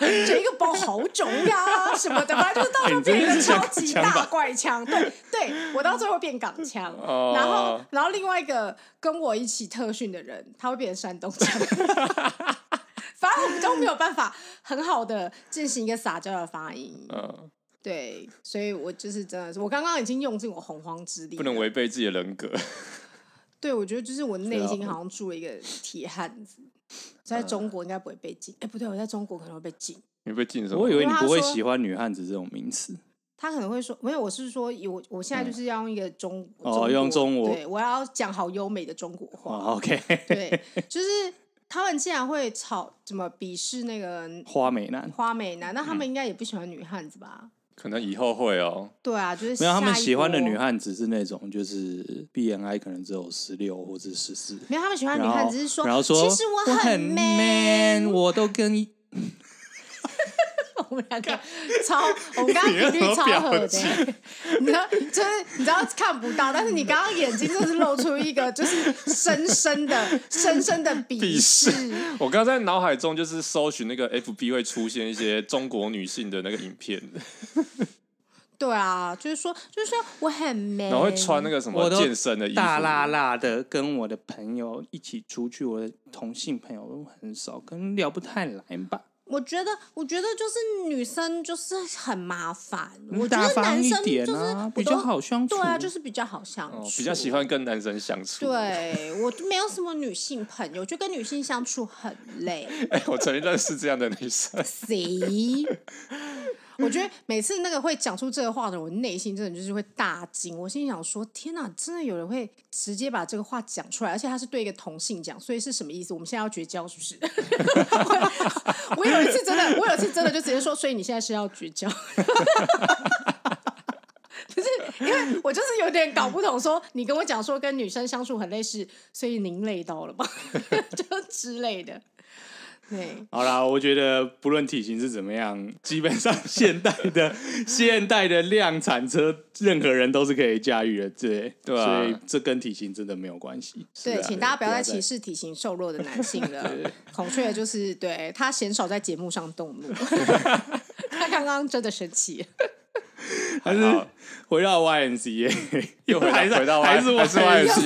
Speaker 2: 这个包好肿呀什么的，反正就是到最后变成一个超级大怪腔。对对，我到最后变港腔，
Speaker 3: 哦
Speaker 2: 然后然后另外一个跟我一起特训的人，他会变成山东腔。 [LAUGHS] 反正我们都没有办法很好的进行一个撒娇的发音，
Speaker 3: 嗯，
Speaker 2: 对，所以我就是真的是，我刚刚已经用尽我洪荒之力，
Speaker 3: 不能。违背自己的人格， [LAUGHS]
Speaker 2: 对，我觉得就是我内
Speaker 1: 对
Speaker 2: 心
Speaker 1: 啊
Speaker 2: 好像住了一个铁汉子，在中国应该不会被禁，哎、不对，我在中国可能会被禁。
Speaker 3: 你被禁什么
Speaker 1: 我以？为你不
Speaker 2: 因为
Speaker 1: 会
Speaker 2: 他说
Speaker 1: 喜欢女汉子这种名词。
Speaker 2: 他可能会说，没有，我是说以我我现在就是要用一个中、
Speaker 1: 哦
Speaker 2: 国
Speaker 1: 用中国
Speaker 2: 对我要讲好优美的中国话，
Speaker 1: 哇，OK，哦
Speaker 2: 对，就是他们竟然会吵怎么鄙视那个
Speaker 1: 花美男，
Speaker 2: 花美男，那他
Speaker 1: 嗯
Speaker 2: 们应该也不喜欢女汉子吧？
Speaker 3: 可能以后会哦，
Speaker 2: 对啊，就是
Speaker 1: 没有他们
Speaker 2: 下一
Speaker 1: 喜欢的
Speaker 2: 波
Speaker 1: 女，汉子是那种就是 BNI 可能只有十六或者十四，
Speaker 2: 没有他们喜欢的
Speaker 1: 然
Speaker 2: 女汉
Speaker 1: 后
Speaker 2: 子是说，
Speaker 1: 然后说
Speaker 2: 其实
Speaker 1: 我
Speaker 2: 很
Speaker 1: man，我都跟你
Speaker 2: [LAUGHS] 我们两个超，我们刚刚频率超合的、 [LAUGHS] 你知道，就是你知道看不到，但是你刚刚眼睛就是露出一个就是深深的、深深的鄙
Speaker 3: 鄙
Speaker 2: 视
Speaker 3: 视。我刚刚在脑海中就是搜寻那个 FB 会出现一些中国女性的那个影片，
Speaker 1: 哎
Speaker 2: 对啊，就是说，就是说我很 man，
Speaker 3: 然后会穿那个什么
Speaker 1: 我都
Speaker 3: 健身的衣服，
Speaker 1: 大辣辣的跟我的朋友一起出去，我的同性朋友很少，跟聊不太来吧。
Speaker 2: 我觉得，我觉得就是女生就是很麻烦，我觉
Speaker 1: 嗯大
Speaker 2: 得
Speaker 1: 方
Speaker 2: 男
Speaker 1: 一
Speaker 2: 生就
Speaker 1: 点
Speaker 2: 是
Speaker 1: 啊，
Speaker 2: 我
Speaker 1: 比较
Speaker 2: 都
Speaker 1: 好相处。
Speaker 2: 对啊，就是比较好相处，
Speaker 3: 哦，比较喜。欢跟男生相处。，
Speaker 2: 对我没有什么女性朋友，就跟女性相处很累。
Speaker 3: 哎、我曾经认识这样的女
Speaker 1: [LAUGHS]
Speaker 3: 生，
Speaker 2: 谁？ [LAUGHS] 我觉得每次那个会讲出这个话的人，我内心真的就是会大惊。我心里想说：天哪，真的有人会直接把这个话讲出来，而且他是对一个同性讲，所以是什么意思？我们现在要绝交是不是？我我有一次真的，我有一次真的就直接说：所以你现在是要绝交？不是，因为我就是有点搞不懂说你跟我讲说跟女生相处很累是，所以您累到了吗？ [LAUGHS] 就之类的，对。
Speaker 1: 好啦，我觉得不论体型是怎么样，基本上 [LAUGHS] 现代的现代的量产车，任何人都是可以驾驭的，对
Speaker 3: 对啊
Speaker 1: 所以这跟体型真的没有关系。
Speaker 2: 对，
Speaker 3: 啊
Speaker 2: 请大家不要
Speaker 1: 不要
Speaker 2: 再
Speaker 1: 再
Speaker 2: 歧视体型瘦弱的男性了。孔雀就是对他鲜少在节目上动怒，他刚刚真的生气。
Speaker 1: 啊还是
Speaker 3: 好
Speaker 1: 回到 YNCA，
Speaker 3: 又回到
Speaker 1: 还是
Speaker 3: 回到 Y-
Speaker 1: 还哎是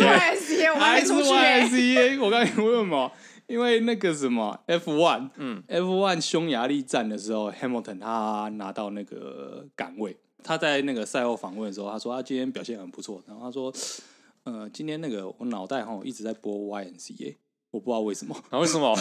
Speaker 3: 还是
Speaker 2: 又是 YSCA，
Speaker 3: YNCA
Speaker 2: 我们
Speaker 1: 还
Speaker 2: 还
Speaker 1: 是
Speaker 2: 出去欸、
Speaker 1: YNCA。我刚才为什么？因为那个什么 F one，嗯，F one 匈牙利站的时候，Hamilton 他拿到那个杆位。他在那个赛后访问的时候，他说他啊今天表现很不错，然后他说，呃，今天那个我脑袋哈一直在播 YNCA，我不知道为什么。
Speaker 3: 然后为什么？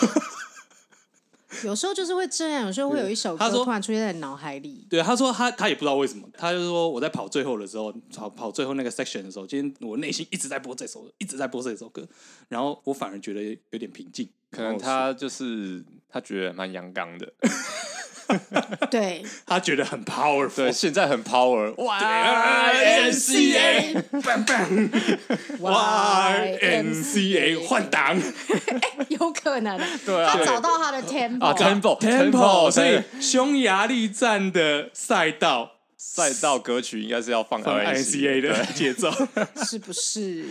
Speaker 2: 有时候就是会这样，有时候会有一首
Speaker 1: 他
Speaker 2: 歌
Speaker 1: 说
Speaker 2: 突然出现在你脑海里。
Speaker 1: 对，他说他他也不知道为什么，他就说我在跑最后的时候，跑跑最后那个 section 的时候，今天我内心一直在播这首，一直在播这首歌，然后我反而觉得有点平静。
Speaker 3: 可能
Speaker 1: 然后
Speaker 3: 他就是他觉得蛮阳刚的，
Speaker 2: 对
Speaker 1: 他觉得很 powerful，
Speaker 3: 对，现在很 power，哇
Speaker 1: YMCA 棒
Speaker 2: [LAUGHS]
Speaker 1: 棒
Speaker 2: ，YMCA
Speaker 1: ，YMCA 换挡
Speaker 2: 有可能，
Speaker 3: 对啊
Speaker 2: 他找到他的 tempo，、
Speaker 3: 啊，Tempo
Speaker 1: Tempo，所以
Speaker 3: 对
Speaker 1: 匈牙利站的赛道
Speaker 3: 赛道歌曲应该是要放
Speaker 1: 放
Speaker 3: INCA
Speaker 1: ICA 的节奏，
Speaker 2: 是不是？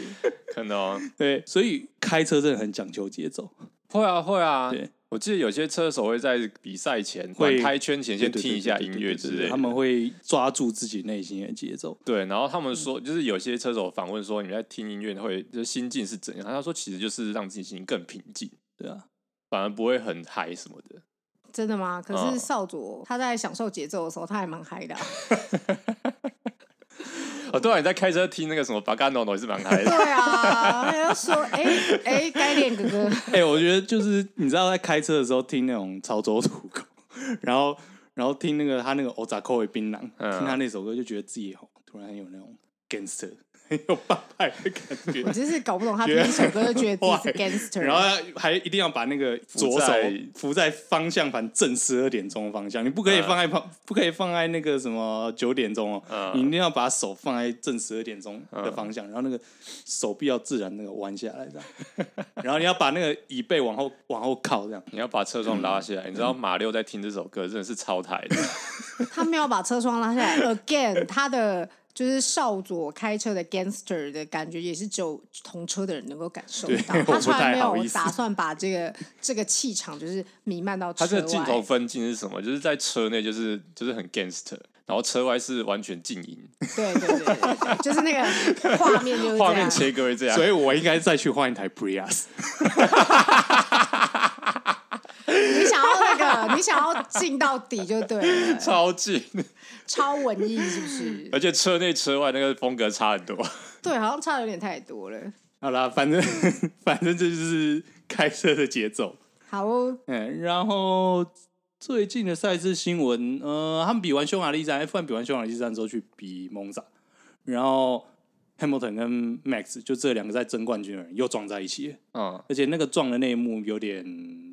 Speaker 3: 可能哦
Speaker 1: [LAUGHS] 对，所以开车真的很讲究节奏，
Speaker 3: 会啊会啊
Speaker 1: 对。
Speaker 3: 我记得有些车手会在比赛前、
Speaker 1: 会
Speaker 3: 会开圈前先
Speaker 1: 对对
Speaker 3: 听一下音乐之
Speaker 1: 对对对
Speaker 3: 类
Speaker 1: 对
Speaker 3: 的
Speaker 1: 他。们会抓住自己内心的节奏。
Speaker 3: 对，然后他
Speaker 2: 嗯
Speaker 3: 们说，就是有些车手访问说，你在听音乐会就是心境是怎样？他说，其实就是让自己心情更平静，
Speaker 1: 对啊，
Speaker 3: 反而不会很嗨什么的。
Speaker 2: 真的吗？可
Speaker 3: 哦
Speaker 2: 是少佐他在享受节奏的时候，他还蛮嗨的啊、
Speaker 3: 哦，对啊，你在开车听那个什么《巴嘎诺诺》也是蛮嗨的。 [LAUGHS]
Speaker 2: 对啊，他就说：“哎、哎、该练哥
Speaker 1: [LAUGHS]
Speaker 2: 哥。
Speaker 1: 哎、我觉得就是你知道，在开车的时候听那种潮州土狗，然后然后听那个他那个《欧扎扣的槟榔》，
Speaker 3: 嗯
Speaker 1: 听他那首歌，就觉得自己好突然有那种 gangster 很有帮派的感”
Speaker 3: [LAUGHS]
Speaker 1: 觉。
Speaker 2: 我真是搞不懂他第一首歌就
Speaker 1: [LAUGHS]
Speaker 2: 觉得自己是 gangster，
Speaker 1: 然后还一定要把那个左手
Speaker 3: 在
Speaker 1: 扶在方向盘正十二点钟的方向，你不可以
Speaker 3: 嗯
Speaker 1: 放在旁，不可以放在那个什么九点钟哦，
Speaker 3: 嗯
Speaker 1: 你一定要把手放在正十二点钟的方向，然后那个手臂要自然那个弯下来这样， [LAUGHS] 然后你要把那个椅背往后往后靠这样，
Speaker 3: 你要把车窗拉下来，你知道马六在听这首歌真的是超台
Speaker 2: [LAUGHS]
Speaker 3: 的。
Speaker 2: 他没有把车窗拉下来。Again，他的就是少佐开车的 gangster 的感觉，也是只有同车的人能够感受
Speaker 1: 对
Speaker 2: 到。
Speaker 1: 我
Speaker 2: 他
Speaker 1: 不
Speaker 2: 从来
Speaker 1: 太
Speaker 2: 没
Speaker 1: 好
Speaker 2: 有
Speaker 1: 意思
Speaker 2: 打算把这个这个气场就是弥漫到
Speaker 3: 他
Speaker 2: 车外。
Speaker 3: 这个镜头分镜是什么？就是在车内就是就是很 gangster，然后车外是完全静音，
Speaker 2: 对对对对对，就是那个画面就是这样。
Speaker 3: 画面切割
Speaker 2: [LAUGHS]
Speaker 3: 会这样
Speaker 1: 所。以我应该再去换一台 Prius。
Speaker 2: 你想要那个，你想要进到底就对了，
Speaker 3: 超近，
Speaker 2: 超文艺是不是？
Speaker 3: 而且车内车外那个风格差很多。 [LAUGHS]
Speaker 2: 对，好像差的有点太多了。
Speaker 1: 好啦，反正 [LAUGHS] 反正这就是开车的节奏。
Speaker 2: 好哦，
Speaker 1: 嗯，然后最近的赛事新闻，呃，他们比完匈牙利站，F1 比完匈牙利站之后去比蒙扎，然后 Hamilton 跟 Max 就这两个在争冠军的人又撞在一起了，
Speaker 3: 嗯，
Speaker 1: 而且那个撞的那一幕有点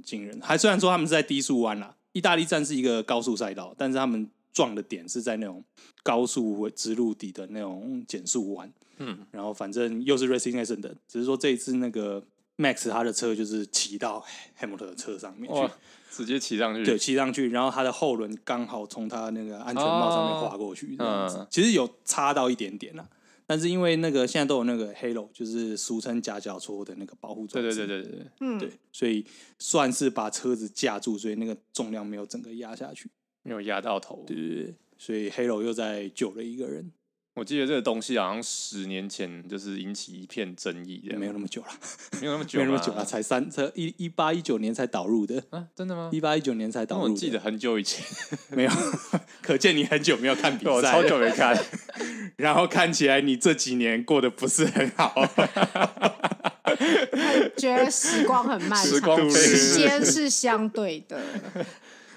Speaker 1: 惊人。还虽然说他们是在低速弯啦，意大利站是一个高速赛道，但是他们撞的点是在那种高速直路底的那种减速弯。
Speaker 3: 嗯，
Speaker 1: 然后反正又是 Racing Accident，只是说这一次那个 Max 他的车就是骑到 Hamilton 的车上面去
Speaker 3: 哇，，直接骑上去。
Speaker 1: 对，骑上去，然后他的后轮刚好从他那个安全帽上面划过去，这样子，
Speaker 3: 哦嗯
Speaker 1: 其实有擦到一点点啦。但是因为那个现在都有那个 halo，就是俗称夹脚戳的那个保护装
Speaker 3: 对对
Speaker 1: 置，
Speaker 3: 对对对对，
Speaker 2: 嗯，
Speaker 1: 对，所以算是把车子架住，所以那个重量没有整个压下去，
Speaker 3: 没有压到头。
Speaker 1: 对对对，所以 halo 又在救了一个人，
Speaker 3: 我记得这个东西好像十年前就是引起一片争议
Speaker 1: 也
Speaker 3: 的，
Speaker 1: 没有那么久了，
Speaker 3: 没有那么久
Speaker 1: 没
Speaker 3: 吗，
Speaker 1: 有那么久了，啊才三才一一八一九年才导入的，
Speaker 3: 啊？真的吗？
Speaker 1: 一八一九年才
Speaker 3: 但
Speaker 1: 导入
Speaker 3: 我
Speaker 1: 的，
Speaker 3: 记得很久以前，
Speaker 1: 没有，
Speaker 3: [LAUGHS]
Speaker 1: 可见你很久没有看比
Speaker 3: 对我
Speaker 1: 赛，
Speaker 3: 超久没
Speaker 1: [LAUGHS]
Speaker 3: 看。
Speaker 1: 然后看起来你这几年过得不是很好，
Speaker 3: [LAUGHS]
Speaker 2: 觉得时光很漫
Speaker 3: 时
Speaker 2: [LAUGHS]
Speaker 3: 光
Speaker 2: 长，
Speaker 3: 飞
Speaker 2: 时
Speaker 3: 逝
Speaker 2: 间是相对
Speaker 1: [LAUGHS]
Speaker 2: 的。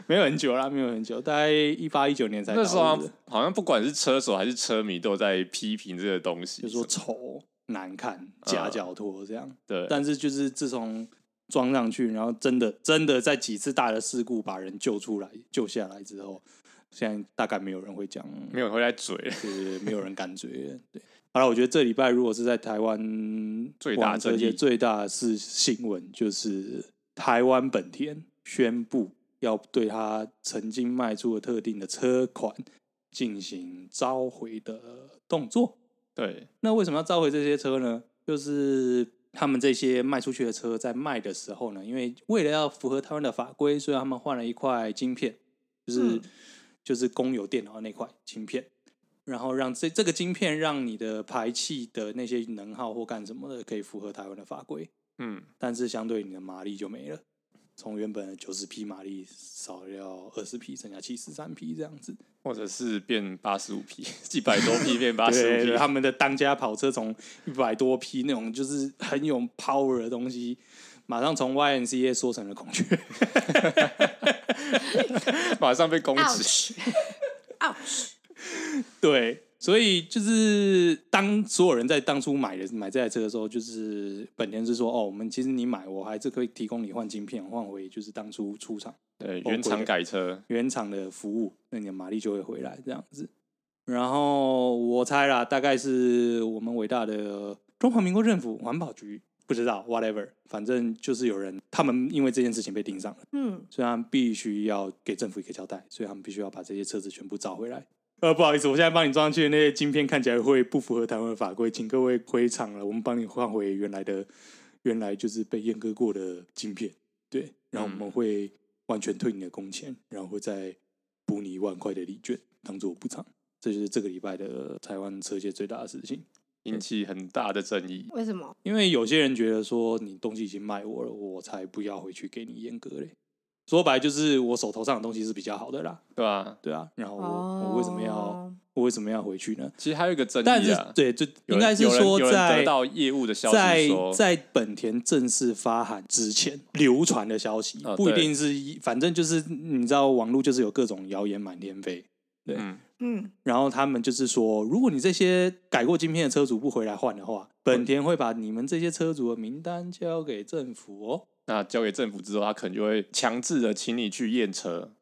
Speaker 1: 没有很久啦，没有很久，大概一八一九年才
Speaker 3: 那时候啊
Speaker 1: 导
Speaker 3: 好
Speaker 1: 入的
Speaker 3: 像好像不管是车手还是车迷都在批评这个东西，
Speaker 1: 就说丑、难
Speaker 3: 嗯
Speaker 1: 看、夹脚拖这样。
Speaker 3: 对，
Speaker 1: 但是就是自从装上去，然后真的真的在几次大的事故把人救出来、救下来之后，现在大概没有人会 [LAUGHS] 讲，
Speaker 3: 没有人会来嘴。
Speaker 1: 就是没有人敢追。对，好了，我觉得这礼拜如果是在台湾
Speaker 3: 最大
Speaker 1: 网车
Speaker 3: 争
Speaker 1: 界
Speaker 3: 议
Speaker 1: 最大的是新闻，就是台湾本田宣布要对他曾经卖出的特定的车款进行召回的动作。
Speaker 3: 对，
Speaker 1: 那为什么要召回这些车呢？就是他们这些卖出去的车在卖的时候呢，因为为了要符合台湾的法规，所以他们换了一块晶片，就是、
Speaker 2: 嗯
Speaker 1: 就是公有电脑的那块晶片，然后让这这个晶片让你的排气的那些能耗或干什么的可以符合台湾的法规，
Speaker 3: 嗯，
Speaker 1: 但是相对你的马力就没了，从原本的九十匹马力少掉二十匹，剩下七十三匹这样子。
Speaker 3: 或者是变八十五匹，一百多匹变八十
Speaker 1: 对，
Speaker 3: 五
Speaker 1: 他
Speaker 3: 匹，
Speaker 1: 们的当家跑车从一百多匹那种就是很有 power 的东西，马上从 YNCA 缩成了孔雀。 [LAUGHS]
Speaker 3: 马上被攻击。
Speaker 2: ouch ouch，
Speaker 1: 对，所以就是当所有人在当初买的买这台车的时候，就是本田是说哦，我们其实你买，我还是可以提供你换晶片，换回就是当初出厂
Speaker 3: 对，原厂改车，
Speaker 1: 原厂的服务，那你的马力就会回来这样子。然后我猜啦，大概是我们伟大的中华民国政府环保局不知道 whatever，反正就是有人他们因为这件事情被盯上了，
Speaker 2: 嗯，
Speaker 1: 所以他们必须要给政府一个交代，所以他们必须要把这些车子全部找回来。呃，不好意思，我现在帮你装上去的那些晶片看起来会不符合台湾的法规，请各位回厂了，我们帮你换回原来的，原来就是被阉割过的晶片。对，然后我们会完全退你的工钱，然后会再补你一万块的礼券，当做补偿。这就是这个礼拜的台湾车界最大的事情。
Speaker 3: 引起很大的争议。
Speaker 2: 为什么？
Speaker 1: 因为有些人觉得说你东西已经卖我了，我才不要回去给你阉割嘞。说白了就是我手头上的东西是比较好的啦，
Speaker 3: 对吧？
Speaker 1: 对啊。然后我、
Speaker 2: 哦，
Speaker 1: 我为什么要我为什么要回去呢？
Speaker 3: 其实还有一个争
Speaker 1: 但
Speaker 3: 议
Speaker 1: 是
Speaker 3: 啊，
Speaker 1: 对，就
Speaker 3: 有人
Speaker 1: 应该是
Speaker 3: 有人
Speaker 1: 说
Speaker 3: 有人
Speaker 1: 在
Speaker 3: 得到业务的消息
Speaker 1: 在
Speaker 3: 说，
Speaker 1: 在本田正式发函之前流传的消息
Speaker 3: 哦，
Speaker 1: 不一
Speaker 3: 对
Speaker 1: 定是，反正就是你知道，网络就是有各种谣言满天飞。对
Speaker 3: 嗯，
Speaker 2: 嗯，
Speaker 1: 然后他们就是说，如果你这些改过晶片的车主不回来换的话，本田会把你们这些车主的名单交给政府哦。
Speaker 3: 那交给政府之后，他可能就会强制的请你去验车，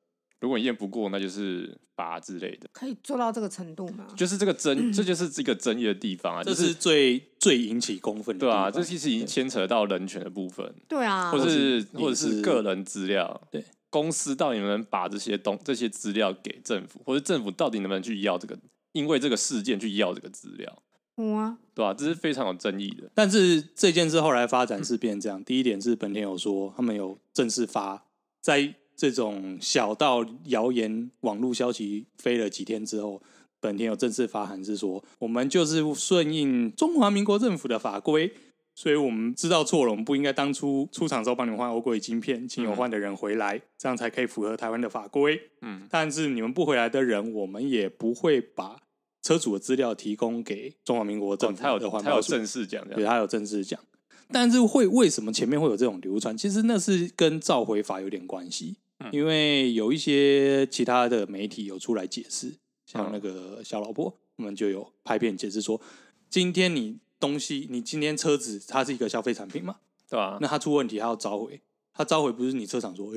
Speaker 3: 如果你验不过，那就是罚之类的。
Speaker 2: 可以做到这个程度吗？
Speaker 3: 就是这个争，这就是这个争议的地方啊，
Speaker 1: 这
Speaker 3: 就是是
Speaker 1: 最最引起公愤的地
Speaker 3: 对啊，
Speaker 1: 方。
Speaker 3: 这其实已经牵扯到人权的部分，
Speaker 2: 对啊，
Speaker 3: 或是
Speaker 1: 或是
Speaker 3: 或者是
Speaker 1: 隐私
Speaker 3: 个人资料，
Speaker 1: 对
Speaker 3: 公司到底能不能把这些东这些资料给政府，或者政府到底能不能去要这个，因为这个事件去要这个资料，
Speaker 2: 我啊，
Speaker 3: 对吧、这是非常有争议的。
Speaker 1: 但是这件事后来发展
Speaker 3: 嗯
Speaker 1: 是变这样。第一点是本田有说，他们有正式发，在这种小到谣言、网络消息飞了几天之后，本田有正式发函是说，我们就是顺应中华民国政府的法规，所以我们知道错了，我们不应该当初出厂的时候帮你们换欧规晶片，请有换的人回来，这样才可以符合台湾的法规。
Speaker 3: 嗯，
Speaker 1: 但是你们不回来的人，我们也不会把车主的资料提供给中华民国政
Speaker 3: 哦
Speaker 1: 府
Speaker 3: 他有
Speaker 1: 的环
Speaker 3: 他有
Speaker 1: 保署。
Speaker 3: 正式讲这
Speaker 1: 对啊
Speaker 3: 样，
Speaker 1: 他有正式讲。但是会为什么前面会有这种流传？其实那是跟召回法有点关系，
Speaker 3: 嗯
Speaker 1: 因为有一些其他的媒体有出来解释，像
Speaker 3: 嗯
Speaker 1: 那个小老婆，我们就有拍片解释说，今天你东西，你今天车子它是一个消费产品嘛，
Speaker 3: 对吧、
Speaker 1: 那它出问题，它要召回，它召回不是你车厂说，呃、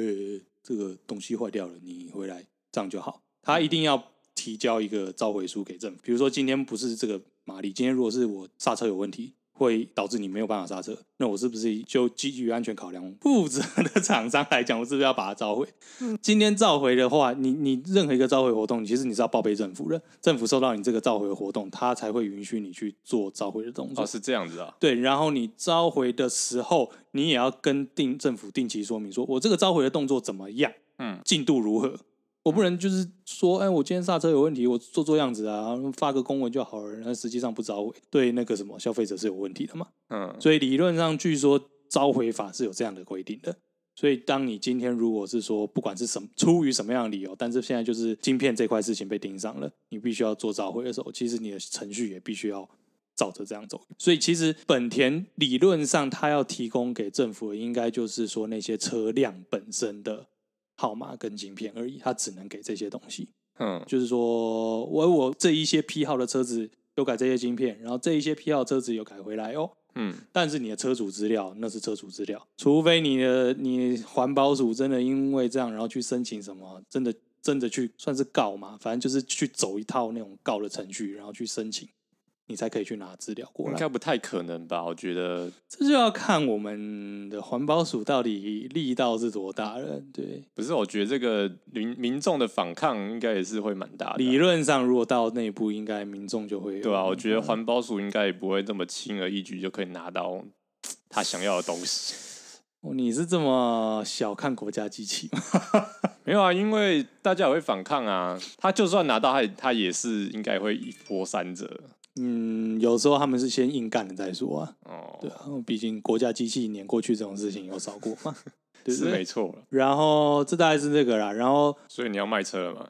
Speaker 1: 这个东西坏掉了，你回来这样就好，它一定要提交一个召回书给政府。比如说今天不是这个马力，今天如果是我刹车有问题，会导致你没有办法刹车，那我是不是就基于安全考量，负责的厂商来讲，我是不是要把它召回？今天召回的话，你你任何一个召回活动，其实你是要报备政府的，政府收到你这个召回活动，它才会允许你去做召回的动作
Speaker 3: 哦，。是这样子啊，
Speaker 1: 对，然后你召回的时候，你也要跟定政府定期说明说，我这个召回的动作怎么样，
Speaker 3: 嗯，
Speaker 1: 进度如何。我不能就是说，哎，我今天刹车有问题，我做做样子啊，然后发个公文就好了。那实际上不召回，对那个什么消费者是有问题的嘛。
Speaker 3: 嗯，
Speaker 1: 所以理论上，据说召回法是有这样的规定的。所以，当你今天如果是说，不管是什么出于什么样的理由，但是现在就是晶片这块事情被盯上了，你必须要做召回的时候，其实你的程序也必须要照着这样走。所以，其实本田理论上它要提供给政府的，应该就是说那些车辆本身的号码跟晶片而已，它只能给这些东西。
Speaker 3: 嗯，
Speaker 1: 就是说我我这一些批号的车子有改这些晶片，然后这一些批号的车子有改回来哦。
Speaker 3: 嗯，
Speaker 1: 但是你的车主资料那是车主资料，除非你的你环保署真的因为这样，然后去申请什么，真的真的去算是告嘛，反正就是去走一套那种告的程序，然后去申请，你才可以去拿资料过
Speaker 3: 应
Speaker 1: 来。
Speaker 3: 该不太可能吧？我觉得
Speaker 1: 这就要看我们的环保署到底力道是多大了。对，
Speaker 3: 不是，我觉得这个民民众的反抗应该也是会蛮大的啊，
Speaker 1: 理论上如果到内部，应该民众就会嗯
Speaker 3: 对啊，我觉得环保署应该也不会这么轻而易举就可以拿到他想要的东西。
Speaker 1: 哦你是这么小看国家机器吗？ [LAUGHS]
Speaker 3: 没有啊，因为大家也会反抗啊。他就算拿到他也，他也是应该会一波三折
Speaker 1: 嗯，有时候他们是先硬干了再说啊。
Speaker 3: 哦。
Speaker 1: 对啊，毕竟国家机器碾过去这种事情有少过
Speaker 3: [LAUGHS]
Speaker 1: 嘛，对不
Speaker 3: 是没
Speaker 1: 对？
Speaker 3: 错了。
Speaker 1: 然后这大概是这个啦。然后
Speaker 3: 所以你要卖车了嘛？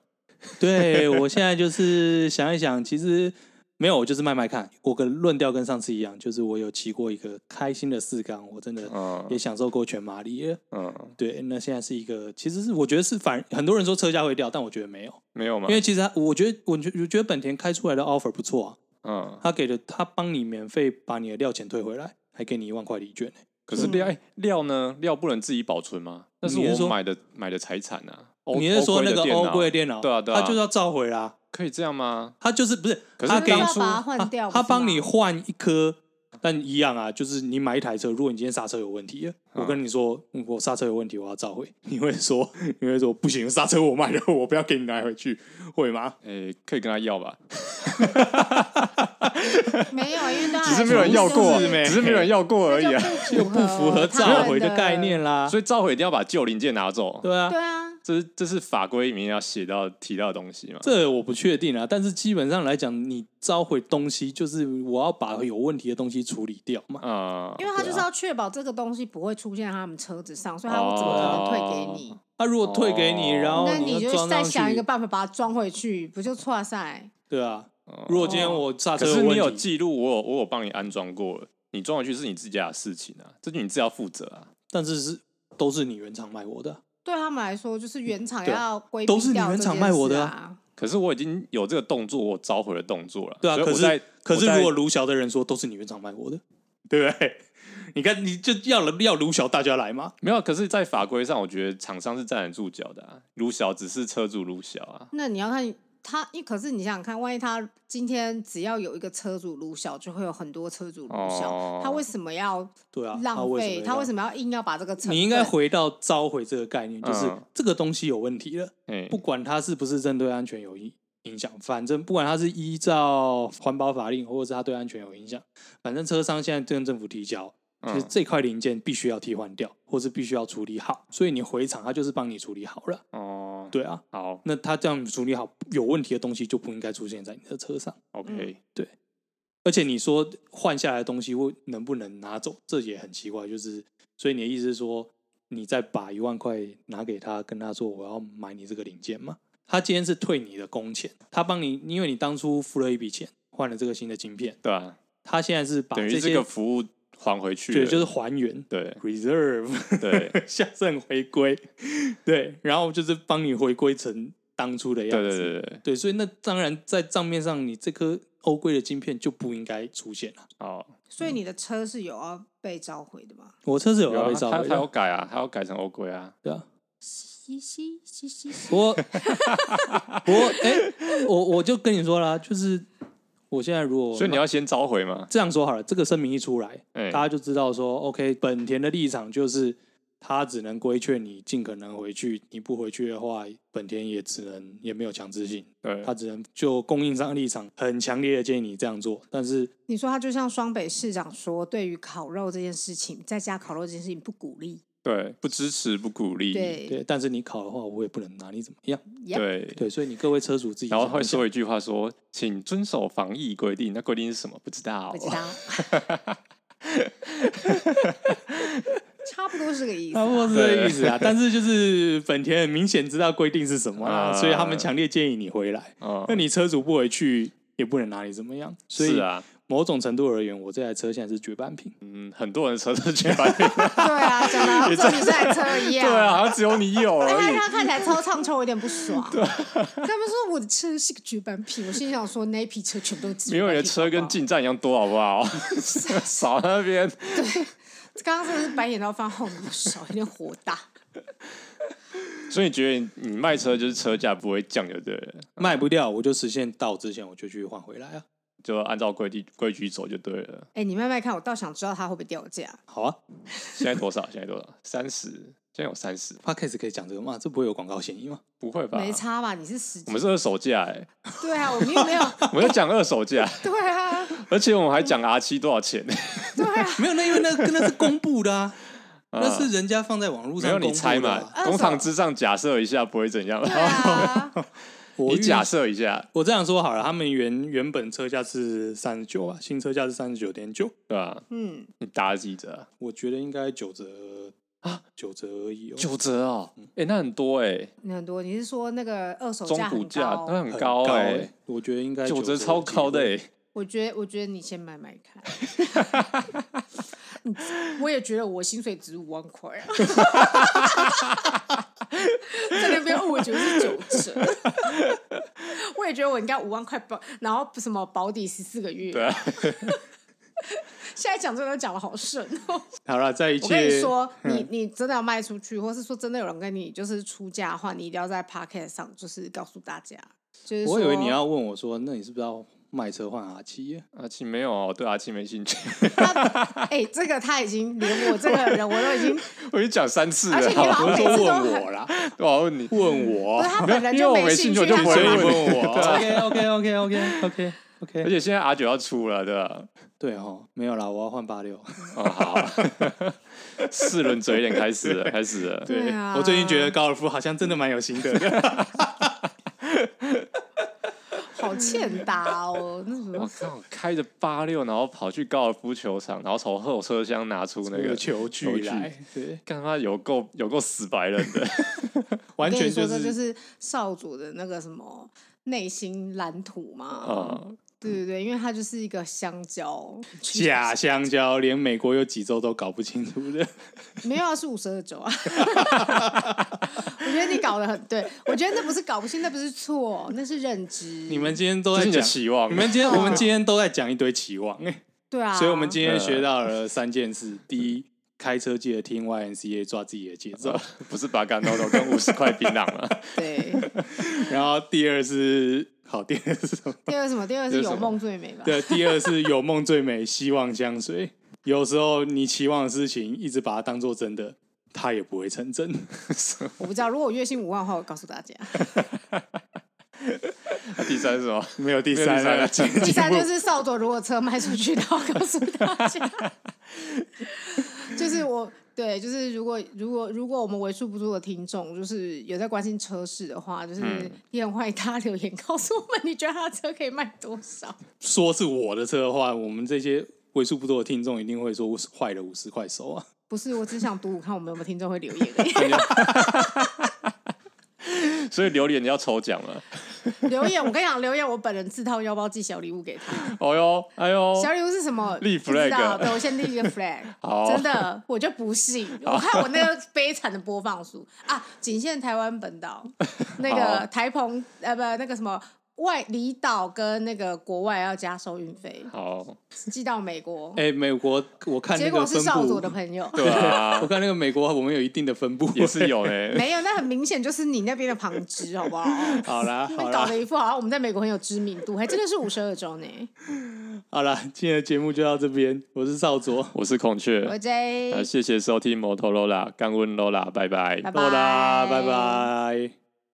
Speaker 1: 对我现在就是想一想，其实没有，我就是卖卖看。我跟论调跟上次一样，就是我有骑过一个开心的四缸，我真的
Speaker 3: 嗯
Speaker 1: 也享受过全马力了。
Speaker 3: 嗯，
Speaker 1: 对，那现在是一个，其实是我觉得是反，很多人说车价会掉，但我觉得没有，
Speaker 3: 没有吗
Speaker 1: 因？为其实它我觉得我觉我觉得本田开出来的 offer 不错啊，
Speaker 3: 嗯，
Speaker 1: 他给的他帮你免费把你的料钱退回来，还给你一万块礼券、欸。
Speaker 3: 可是料哎料呢？料不能自己保存吗？那是
Speaker 1: 你是
Speaker 3: 我
Speaker 1: 说
Speaker 3: 买的买的财产啊。欧
Speaker 1: 你是说那个欧
Speaker 3: 规
Speaker 1: 规
Speaker 3: 的
Speaker 1: 的
Speaker 3: 电
Speaker 1: 电
Speaker 3: 脑
Speaker 1: 脑？
Speaker 3: 对啊对啊
Speaker 1: 他就是要召回啦。
Speaker 3: 可以这样吗？
Speaker 1: 他就是不是？
Speaker 3: 可是
Speaker 1: 他
Speaker 2: 那
Speaker 1: 给
Speaker 2: 要
Speaker 1: 出
Speaker 2: 把它换掉
Speaker 1: 他
Speaker 2: 不是
Speaker 1: 帮你
Speaker 2: 吗
Speaker 1: 换一颗，但一样啊，就是你买一台车，如果你今天刹车有问题了，我跟你说嗯我刹车有问题，我要召回， [LAUGHS] 你会说你会说不行，刹车我买了，我不要给你拿回去，会吗？
Speaker 3: 哎，可以跟他要吧，
Speaker 2: 没有，因为大家
Speaker 3: 只是没有人要过，
Speaker 1: 是没
Speaker 3: [LAUGHS] 只是没有人要过而已啊。
Speaker 2: 就不
Speaker 1: 不符
Speaker 2: [LAUGHS]
Speaker 1: 合
Speaker 2: 他们
Speaker 1: 召回的概念。啦，
Speaker 3: [LAUGHS] 所以召回一定要把旧零件拿走，
Speaker 1: 对啊
Speaker 2: 对。啊，
Speaker 3: 这是这是法规里面要写到提到的东西嘛？
Speaker 1: 这我不确定啊，但是基本上来讲，你召回东西就是我要把有问题的东西处理掉嘛。
Speaker 3: 啊，
Speaker 2: 因为他就是要确保这个东西不会出现在他们车子上，所以他
Speaker 1: 哦
Speaker 2: 怎么可能退给你？
Speaker 1: 他、如果退给你，
Speaker 3: 哦
Speaker 1: 然后
Speaker 2: 那你
Speaker 1: 要
Speaker 2: 就
Speaker 1: 装
Speaker 2: 再
Speaker 1: 上去，
Speaker 2: 想一个办法把它装回去，不就错赛？
Speaker 1: 对啊
Speaker 3: 哦。
Speaker 1: 如果今天我刹车
Speaker 3: 可是
Speaker 1: 问
Speaker 3: 你有
Speaker 1: 题
Speaker 3: 记录，我有我有帮你安装过了，你装回去是你自家的事情啊，这就你自己要负责啊。
Speaker 1: 但是是都是你原厂卖我的啊、
Speaker 2: 对他们来说，就是原厂
Speaker 1: 对啊
Speaker 2: 要规避
Speaker 1: 都是你
Speaker 2: 掉
Speaker 1: 原
Speaker 2: 这
Speaker 1: 厂
Speaker 2: 件
Speaker 1: 卖我
Speaker 2: 事
Speaker 1: 的
Speaker 2: 啊。
Speaker 3: 可是我已经有这个动作，我有召回的动作了。
Speaker 1: 对啊，
Speaker 3: 所以
Speaker 1: 可
Speaker 3: 我在
Speaker 1: 是可是
Speaker 3: 我在
Speaker 1: 如果卢晓的人说都是你原厂卖我的， [LAUGHS] 对不对？你看，你就要了要卢晓大家来嘛，
Speaker 3: 没有，可是，在法规上，我觉得厂商是站得住脚的啊。卢小只是车主卢小啊，
Speaker 2: 那你要看他，因可是你想想看，万一他今天只要有一个车主卢小，就会有很多车主卢小，
Speaker 3: 哦
Speaker 2: 他为什么要
Speaker 1: [LAUGHS] 对啊，
Speaker 2: 浪费？他
Speaker 1: 他
Speaker 2: 为什
Speaker 1: 么
Speaker 2: 么要硬要把这个成
Speaker 1: 要？你应该
Speaker 2: 本
Speaker 1: 回到召回这个概念，就是
Speaker 3: 嗯
Speaker 1: 这个东西有问题了，
Speaker 3: 哎、
Speaker 1: 不管它是不是针对安全有影影响，反正不管它是依照环保法令，或者是它对安全有影响，反正车商现在跟政府提交，就是
Speaker 3: 嗯
Speaker 1: 这块零件必须要替换掉，或是必须要处理好，所以你回厂，它就是帮你处理好了，
Speaker 3: 哦，
Speaker 1: 对啊。
Speaker 3: 好
Speaker 1: 那他这样处理好有问题的东西就不应该出现在你的车上。嗯
Speaker 3: ，OK，
Speaker 1: 而且你说换下来的东西会能不能拿走，这也很奇怪。就是，所以你的意思是说，你再把一万块拿给他，跟他说我要买你这个零件吗？他今天是退你的工钱，他帮你，因为你当初付了一笔钱换了这个新的晶片，
Speaker 3: 对啊，
Speaker 1: 他现在是把
Speaker 3: 等于
Speaker 1: 这
Speaker 3: 这
Speaker 1: 些
Speaker 3: 个服务还回去
Speaker 1: 对，
Speaker 3: 了，
Speaker 1: 就是还原
Speaker 3: [LAUGHS] 对
Speaker 1: reserve [LAUGHS]
Speaker 3: 对
Speaker 1: 下剩回归，对，然后就是帮你回归成当初的
Speaker 3: 对
Speaker 1: 样子。
Speaker 3: 对对对，
Speaker 1: 对，所以那当然在账面上，你这颗欧规的晶片就不应该出现了。
Speaker 3: 哦，
Speaker 2: 所以你的车是有要被召回的吗？
Speaker 1: 我车子有
Speaker 3: 有
Speaker 1: 要
Speaker 3: 啊
Speaker 1: 被召
Speaker 3: 他
Speaker 1: 回
Speaker 3: 他要
Speaker 1: [LAUGHS] 的，
Speaker 3: 改啊，他要改成欧规啊，
Speaker 1: 对啊。
Speaker 2: 嘻嘻嘻嘻嘻，
Speaker 1: 不过 [LAUGHS] 不过， [LAUGHS] 哎、我我就跟你说啦，就是我现在如果
Speaker 3: 所以你要先召回嘛，
Speaker 1: 这样说好了，这个声明一出来，
Speaker 3: 哎、
Speaker 1: 大家就知道说，OK，本田的立场就是。他只能规劝你尽可能回去，你不回去的话，本田也只能也没有强制性，
Speaker 3: 对
Speaker 1: 他只能就供应商的立场很强烈的建议你这样做，但是
Speaker 2: 你说他就像双北市长说，对于烤肉这件事情，在家烤肉这件事情不鼓励。
Speaker 3: 对，不支持不鼓励，
Speaker 2: 对，
Speaker 1: 对，但是你考的话，我也不能拿你怎么样。
Speaker 2: Yep
Speaker 3: 对
Speaker 1: 对，所以你各位车主自己
Speaker 3: 然后
Speaker 1: 想
Speaker 3: 会
Speaker 1: 一想
Speaker 3: 说一句话说，请遵守防疫规定。那规定是什么？不知道，啊
Speaker 2: 不
Speaker 1: [LAUGHS]
Speaker 2: 知道， [LAUGHS] 差不多是这个意思
Speaker 1: 差 [LAUGHS]
Speaker 2: 啊。
Speaker 1: 不多是这个意思啊。但是就是本田很明显知道规定是什么啦，
Speaker 3: 啊
Speaker 1: 所以他们强烈建议你回来。
Speaker 3: 嗯
Speaker 1: 那你车主不回去，也不能拿你怎么样。所
Speaker 3: 是
Speaker 1: 以
Speaker 3: 啊，
Speaker 1: 某种程度而言，我这台车现在是绝版品。
Speaker 3: 嗯，很多人车都觉
Speaker 1: [LAUGHS]
Speaker 3: 得，
Speaker 2: 对啊，讲的好像你这台车一样。
Speaker 3: 对啊，好像只有你有而
Speaker 2: 但他
Speaker 3: 已。
Speaker 2: 哎他看起来超唱秋，有点不爽。他们说我的车是个绝版品，我心想说那一批车全部都是
Speaker 3: [LAUGHS] 没
Speaker 2: 绝版品
Speaker 3: 有你的车跟进站一样多，好
Speaker 2: [LAUGHS]
Speaker 3: 不好？少在那边， [LAUGHS]
Speaker 2: 好不好刚刚真的是白眼到放后脑勺，有点火大。
Speaker 3: 所以你觉得你卖车就是车价不会降就对了，
Speaker 1: 卖不掉，我就实现到之前我就去换回来啊。
Speaker 3: 就按照规定规矩走就对了。
Speaker 2: [LAUGHS] 哎、你慢慢看，我倒想知道它会不会掉价。
Speaker 1: 好啊
Speaker 3: 现在多少？现在多少？ [LAUGHS] 三十？现在有三十？
Speaker 1: ，Podcast 可以讲这个吗？这不会有广告嫌疑吗？
Speaker 3: 不会吧？
Speaker 2: 没差吧？你是十
Speaker 3: 啊我
Speaker 2: 几？
Speaker 3: 们是二手价哎，
Speaker 2: 对啊，我们又
Speaker 3: [LAUGHS]
Speaker 2: 没有。
Speaker 3: 我们在讲二手
Speaker 2: [LAUGHS]
Speaker 3: 价，
Speaker 2: 对啊，
Speaker 3: 而且我们还讲 R 七多少钱。
Speaker 1: 没有，那因为那那是公布的
Speaker 3: [LAUGHS]
Speaker 1: 啊，那是人家放在网络
Speaker 3: 没
Speaker 1: 上
Speaker 3: 有
Speaker 1: 公布的啊。
Speaker 3: 你猜嘛？
Speaker 2: 二手
Speaker 3: 工厂之上假设一下不会怎样，
Speaker 2: 对啊，
Speaker 3: 哦
Speaker 1: 我预
Speaker 3: 你假设一下，
Speaker 1: 我这样说好了，他们原原本车价是三十九啊，新车价是三十九点九，
Speaker 3: 对吧？
Speaker 2: 嗯，
Speaker 3: 你打了几折？啊
Speaker 1: 我觉得应该九折啊，九折而已、哦，
Speaker 3: 折哦，哎，那很多哎，
Speaker 2: 你很多。你是说那个二手嗯
Speaker 3: 中
Speaker 2: 价
Speaker 3: 古
Speaker 2: 很
Speaker 3: 价
Speaker 2: 高？
Speaker 3: 那很
Speaker 1: 很
Speaker 3: 高
Speaker 1: 哎、
Speaker 3: 哎，
Speaker 1: 我觉得应该
Speaker 3: 九
Speaker 1: 折
Speaker 3: 折超高的
Speaker 1: 哎、
Speaker 3: 哎，
Speaker 2: 我觉得，我觉得你先买买
Speaker 1: [LAUGHS]
Speaker 2: 看。嗯我也觉得我薪水值五万块
Speaker 1: [LAUGHS]
Speaker 2: 啊，在那边我觉得是九折。 [LAUGHS] 我也觉得我应该五万块保，然后什么保底十四个月。
Speaker 3: 对啊，
Speaker 2: [LAUGHS] 现在讲这个讲的好顺哦。
Speaker 1: 好了，在一
Speaker 2: 我跟你
Speaker 1: 切
Speaker 2: 说，
Speaker 1: 嗯
Speaker 2: 你你真的要卖出去，或是说真的有人跟你就是出价的话，你一定要在 p o c k e t 上就是告诉大家，就是
Speaker 1: 我以为你
Speaker 2: 说
Speaker 1: 要问我说，那你是不是要卖车换阿七啊耶？
Speaker 3: 阿七没有哦，对阿七没兴趣， [LAUGHS]
Speaker 2: 哎、这个他已经连我这个人我都已经，
Speaker 3: 我已经讲三次了
Speaker 2: 而且，你好
Speaker 1: 不
Speaker 2: 像
Speaker 1: 是
Speaker 2: 每
Speaker 1: 说
Speaker 2: 次都
Speaker 1: 问
Speaker 2: 很
Speaker 1: 我，啦，
Speaker 3: 我要问你，
Speaker 1: 问我
Speaker 2: 不是，他本人
Speaker 3: 因为
Speaker 2: 就
Speaker 3: 我
Speaker 2: 没
Speaker 3: 哦没
Speaker 2: 兴
Speaker 3: 兴
Speaker 2: 趣，
Speaker 3: 趣，我就
Speaker 2: 他
Speaker 3: 不会
Speaker 2: 说
Speaker 3: 问我。 [LAUGHS] 对啊
Speaker 1: OK OK OK OK OK
Speaker 3: 而
Speaker 1: OK，
Speaker 3: 且现在 R 九要出了，对吧？
Speaker 1: 对哈，没有啦，我要换八六。
Speaker 3: 哦，好， [LAUGHS] 四轮嘴脸开始了，开始了。
Speaker 2: 对啊
Speaker 1: [LAUGHS] 我最近觉得高尔夫好像真的蛮有心得的。
Speaker 2: 好欠打哦，那什
Speaker 3: [LAUGHS] 我
Speaker 2: 么
Speaker 3: 靠，开着八六，然后跑去高尔夫球场，然后从后车厢拿出 [LAUGHS] 那
Speaker 1: 那
Speaker 3: 个
Speaker 1: 个，球具来，对，
Speaker 3: 干他妈有够有够死白人
Speaker 1: [LAUGHS]
Speaker 3: 的，
Speaker 1: 完
Speaker 2: 跟
Speaker 1: 全
Speaker 2: 你说这
Speaker 1: 是
Speaker 2: 就是少主的那个什么内心蓝图嘛，
Speaker 1: 哦
Speaker 3: 嗯，
Speaker 2: 对对对，因为他就是一个香蕉，
Speaker 1: 假 [LAUGHS] 香蕉，连美国有几州都搞不清楚的。
Speaker 2: 没有啊，是五十二周啊。我觉得你搞得很对，我觉得那不是搞不清，那不是错，那是认知。
Speaker 1: [LAUGHS] 你们今天都在
Speaker 3: 这是你的
Speaker 1: 讲，
Speaker 3: 期望。
Speaker 1: 你们 [LAUGHS] 今天我们今天都在讲一堆期 [LAUGHS] 望，
Speaker 2: 对啊，
Speaker 1: 所以我们今天
Speaker 3: 呃
Speaker 1: 学到了三件事：第一，开车记得听 YNCA 抓自己的节 [LAUGHS] 奏；
Speaker 3: [LAUGHS] 不是把干豆豆跟五十块槟榔啊了，
Speaker 2: 对
Speaker 1: 然后第二是好，第二是 [LAUGHS] 什么？
Speaker 2: 第二个什么？第二个是
Speaker 3: 这是什
Speaker 2: 有
Speaker 3: 么
Speaker 2: 梦最美吧？
Speaker 1: 对，第二是有梦最美，希望相随。有时候你期望的事情，一直把它当做真的，它也不会成 [LAUGHS] 真。
Speaker 2: 我不知道，如果我月薪五万的话，我告诉大家。
Speaker 3: [LAUGHS] 那第三是什么？
Speaker 1: 没有第
Speaker 3: 没有第
Speaker 1: 三
Speaker 3: 三
Speaker 1: 了，
Speaker 3: 了
Speaker 1: 请 [LAUGHS]
Speaker 2: 第三就是少佐，如果车卖出去的话，我告诉大家，就是我对，就是如果如果如果我们为数不多的听众，就是有在关心车市的话，就是
Speaker 3: 嗯
Speaker 2: 也很欢迎大家留言告诉我们，你觉得他的车可以卖多少？
Speaker 1: 说是我的车的话，我们这些为数不多的听众一定会说我是坏了五十块收啊。
Speaker 2: 不是，我只想读读看我们有没有听众会留言而 [LAUGHS] 已。
Speaker 3: 所以榴莲要抽奖了。
Speaker 2: 留言，我跟你讲，留言我本人自掏腰包寄小礼物给他。
Speaker 3: 哦哟，哎呦，
Speaker 2: 小礼物是
Speaker 1: [LAUGHS]
Speaker 2: 什么？
Speaker 3: 立
Speaker 2: 不知
Speaker 3: flag
Speaker 2: 道对，我先立一个 flag。
Speaker 3: 好
Speaker 2: 真的，我就
Speaker 1: [LAUGHS]
Speaker 2: 不信。我看我那个悲惨的播放数啊，仅限台湾
Speaker 1: [LAUGHS]
Speaker 2: 本岛，那个
Speaker 3: 好
Speaker 2: 台澎呃不那个什么。外离岛跟那个国外要加收运费，
Speaker 3: 好，
Speaker 2: 寄到美国，
Speaker 1: [LAUGHS] 哎、美国我看那
Speaker 2: 结
Speaker 1: 个
Speaker 2: 果是
Speaker 1: 分
Speaker 2: 少佐
Speaker 1: 布 [LAUGHS]
Speaker 2: 的，朋友，
Speaker 3: 对啊
Speaker 1: 我，看那个美国我们有一定的分布，
Speaker 3: 也是有嘞。
Speaker 2: 没有，那很明显就是你那边的旁支，好不好？
Speaker 1: [LAUGHS] 好啦
Speaker 2: 那
Speaker 1: 好
Speaker 2: 边搞
Speaker 1: 啦
Speaker 2: 了一副好像我们在美国很有知名度，还真的是五十二周
Speaker 1: [LAUGHS]
Speaker 2: 呢。
Speaker 1: [LAUGHS] 好啦，今天的节目就到这边，我是少佐，
Speaker 3: 我是孔雀，
Speaker 2: 我 J，
Speaker 3: 呃，谢谢收听摩托罗拉，干温罗拉，拜拜
Speaker 2: 拜。拜
Speaker 1: 多啦，拜拜。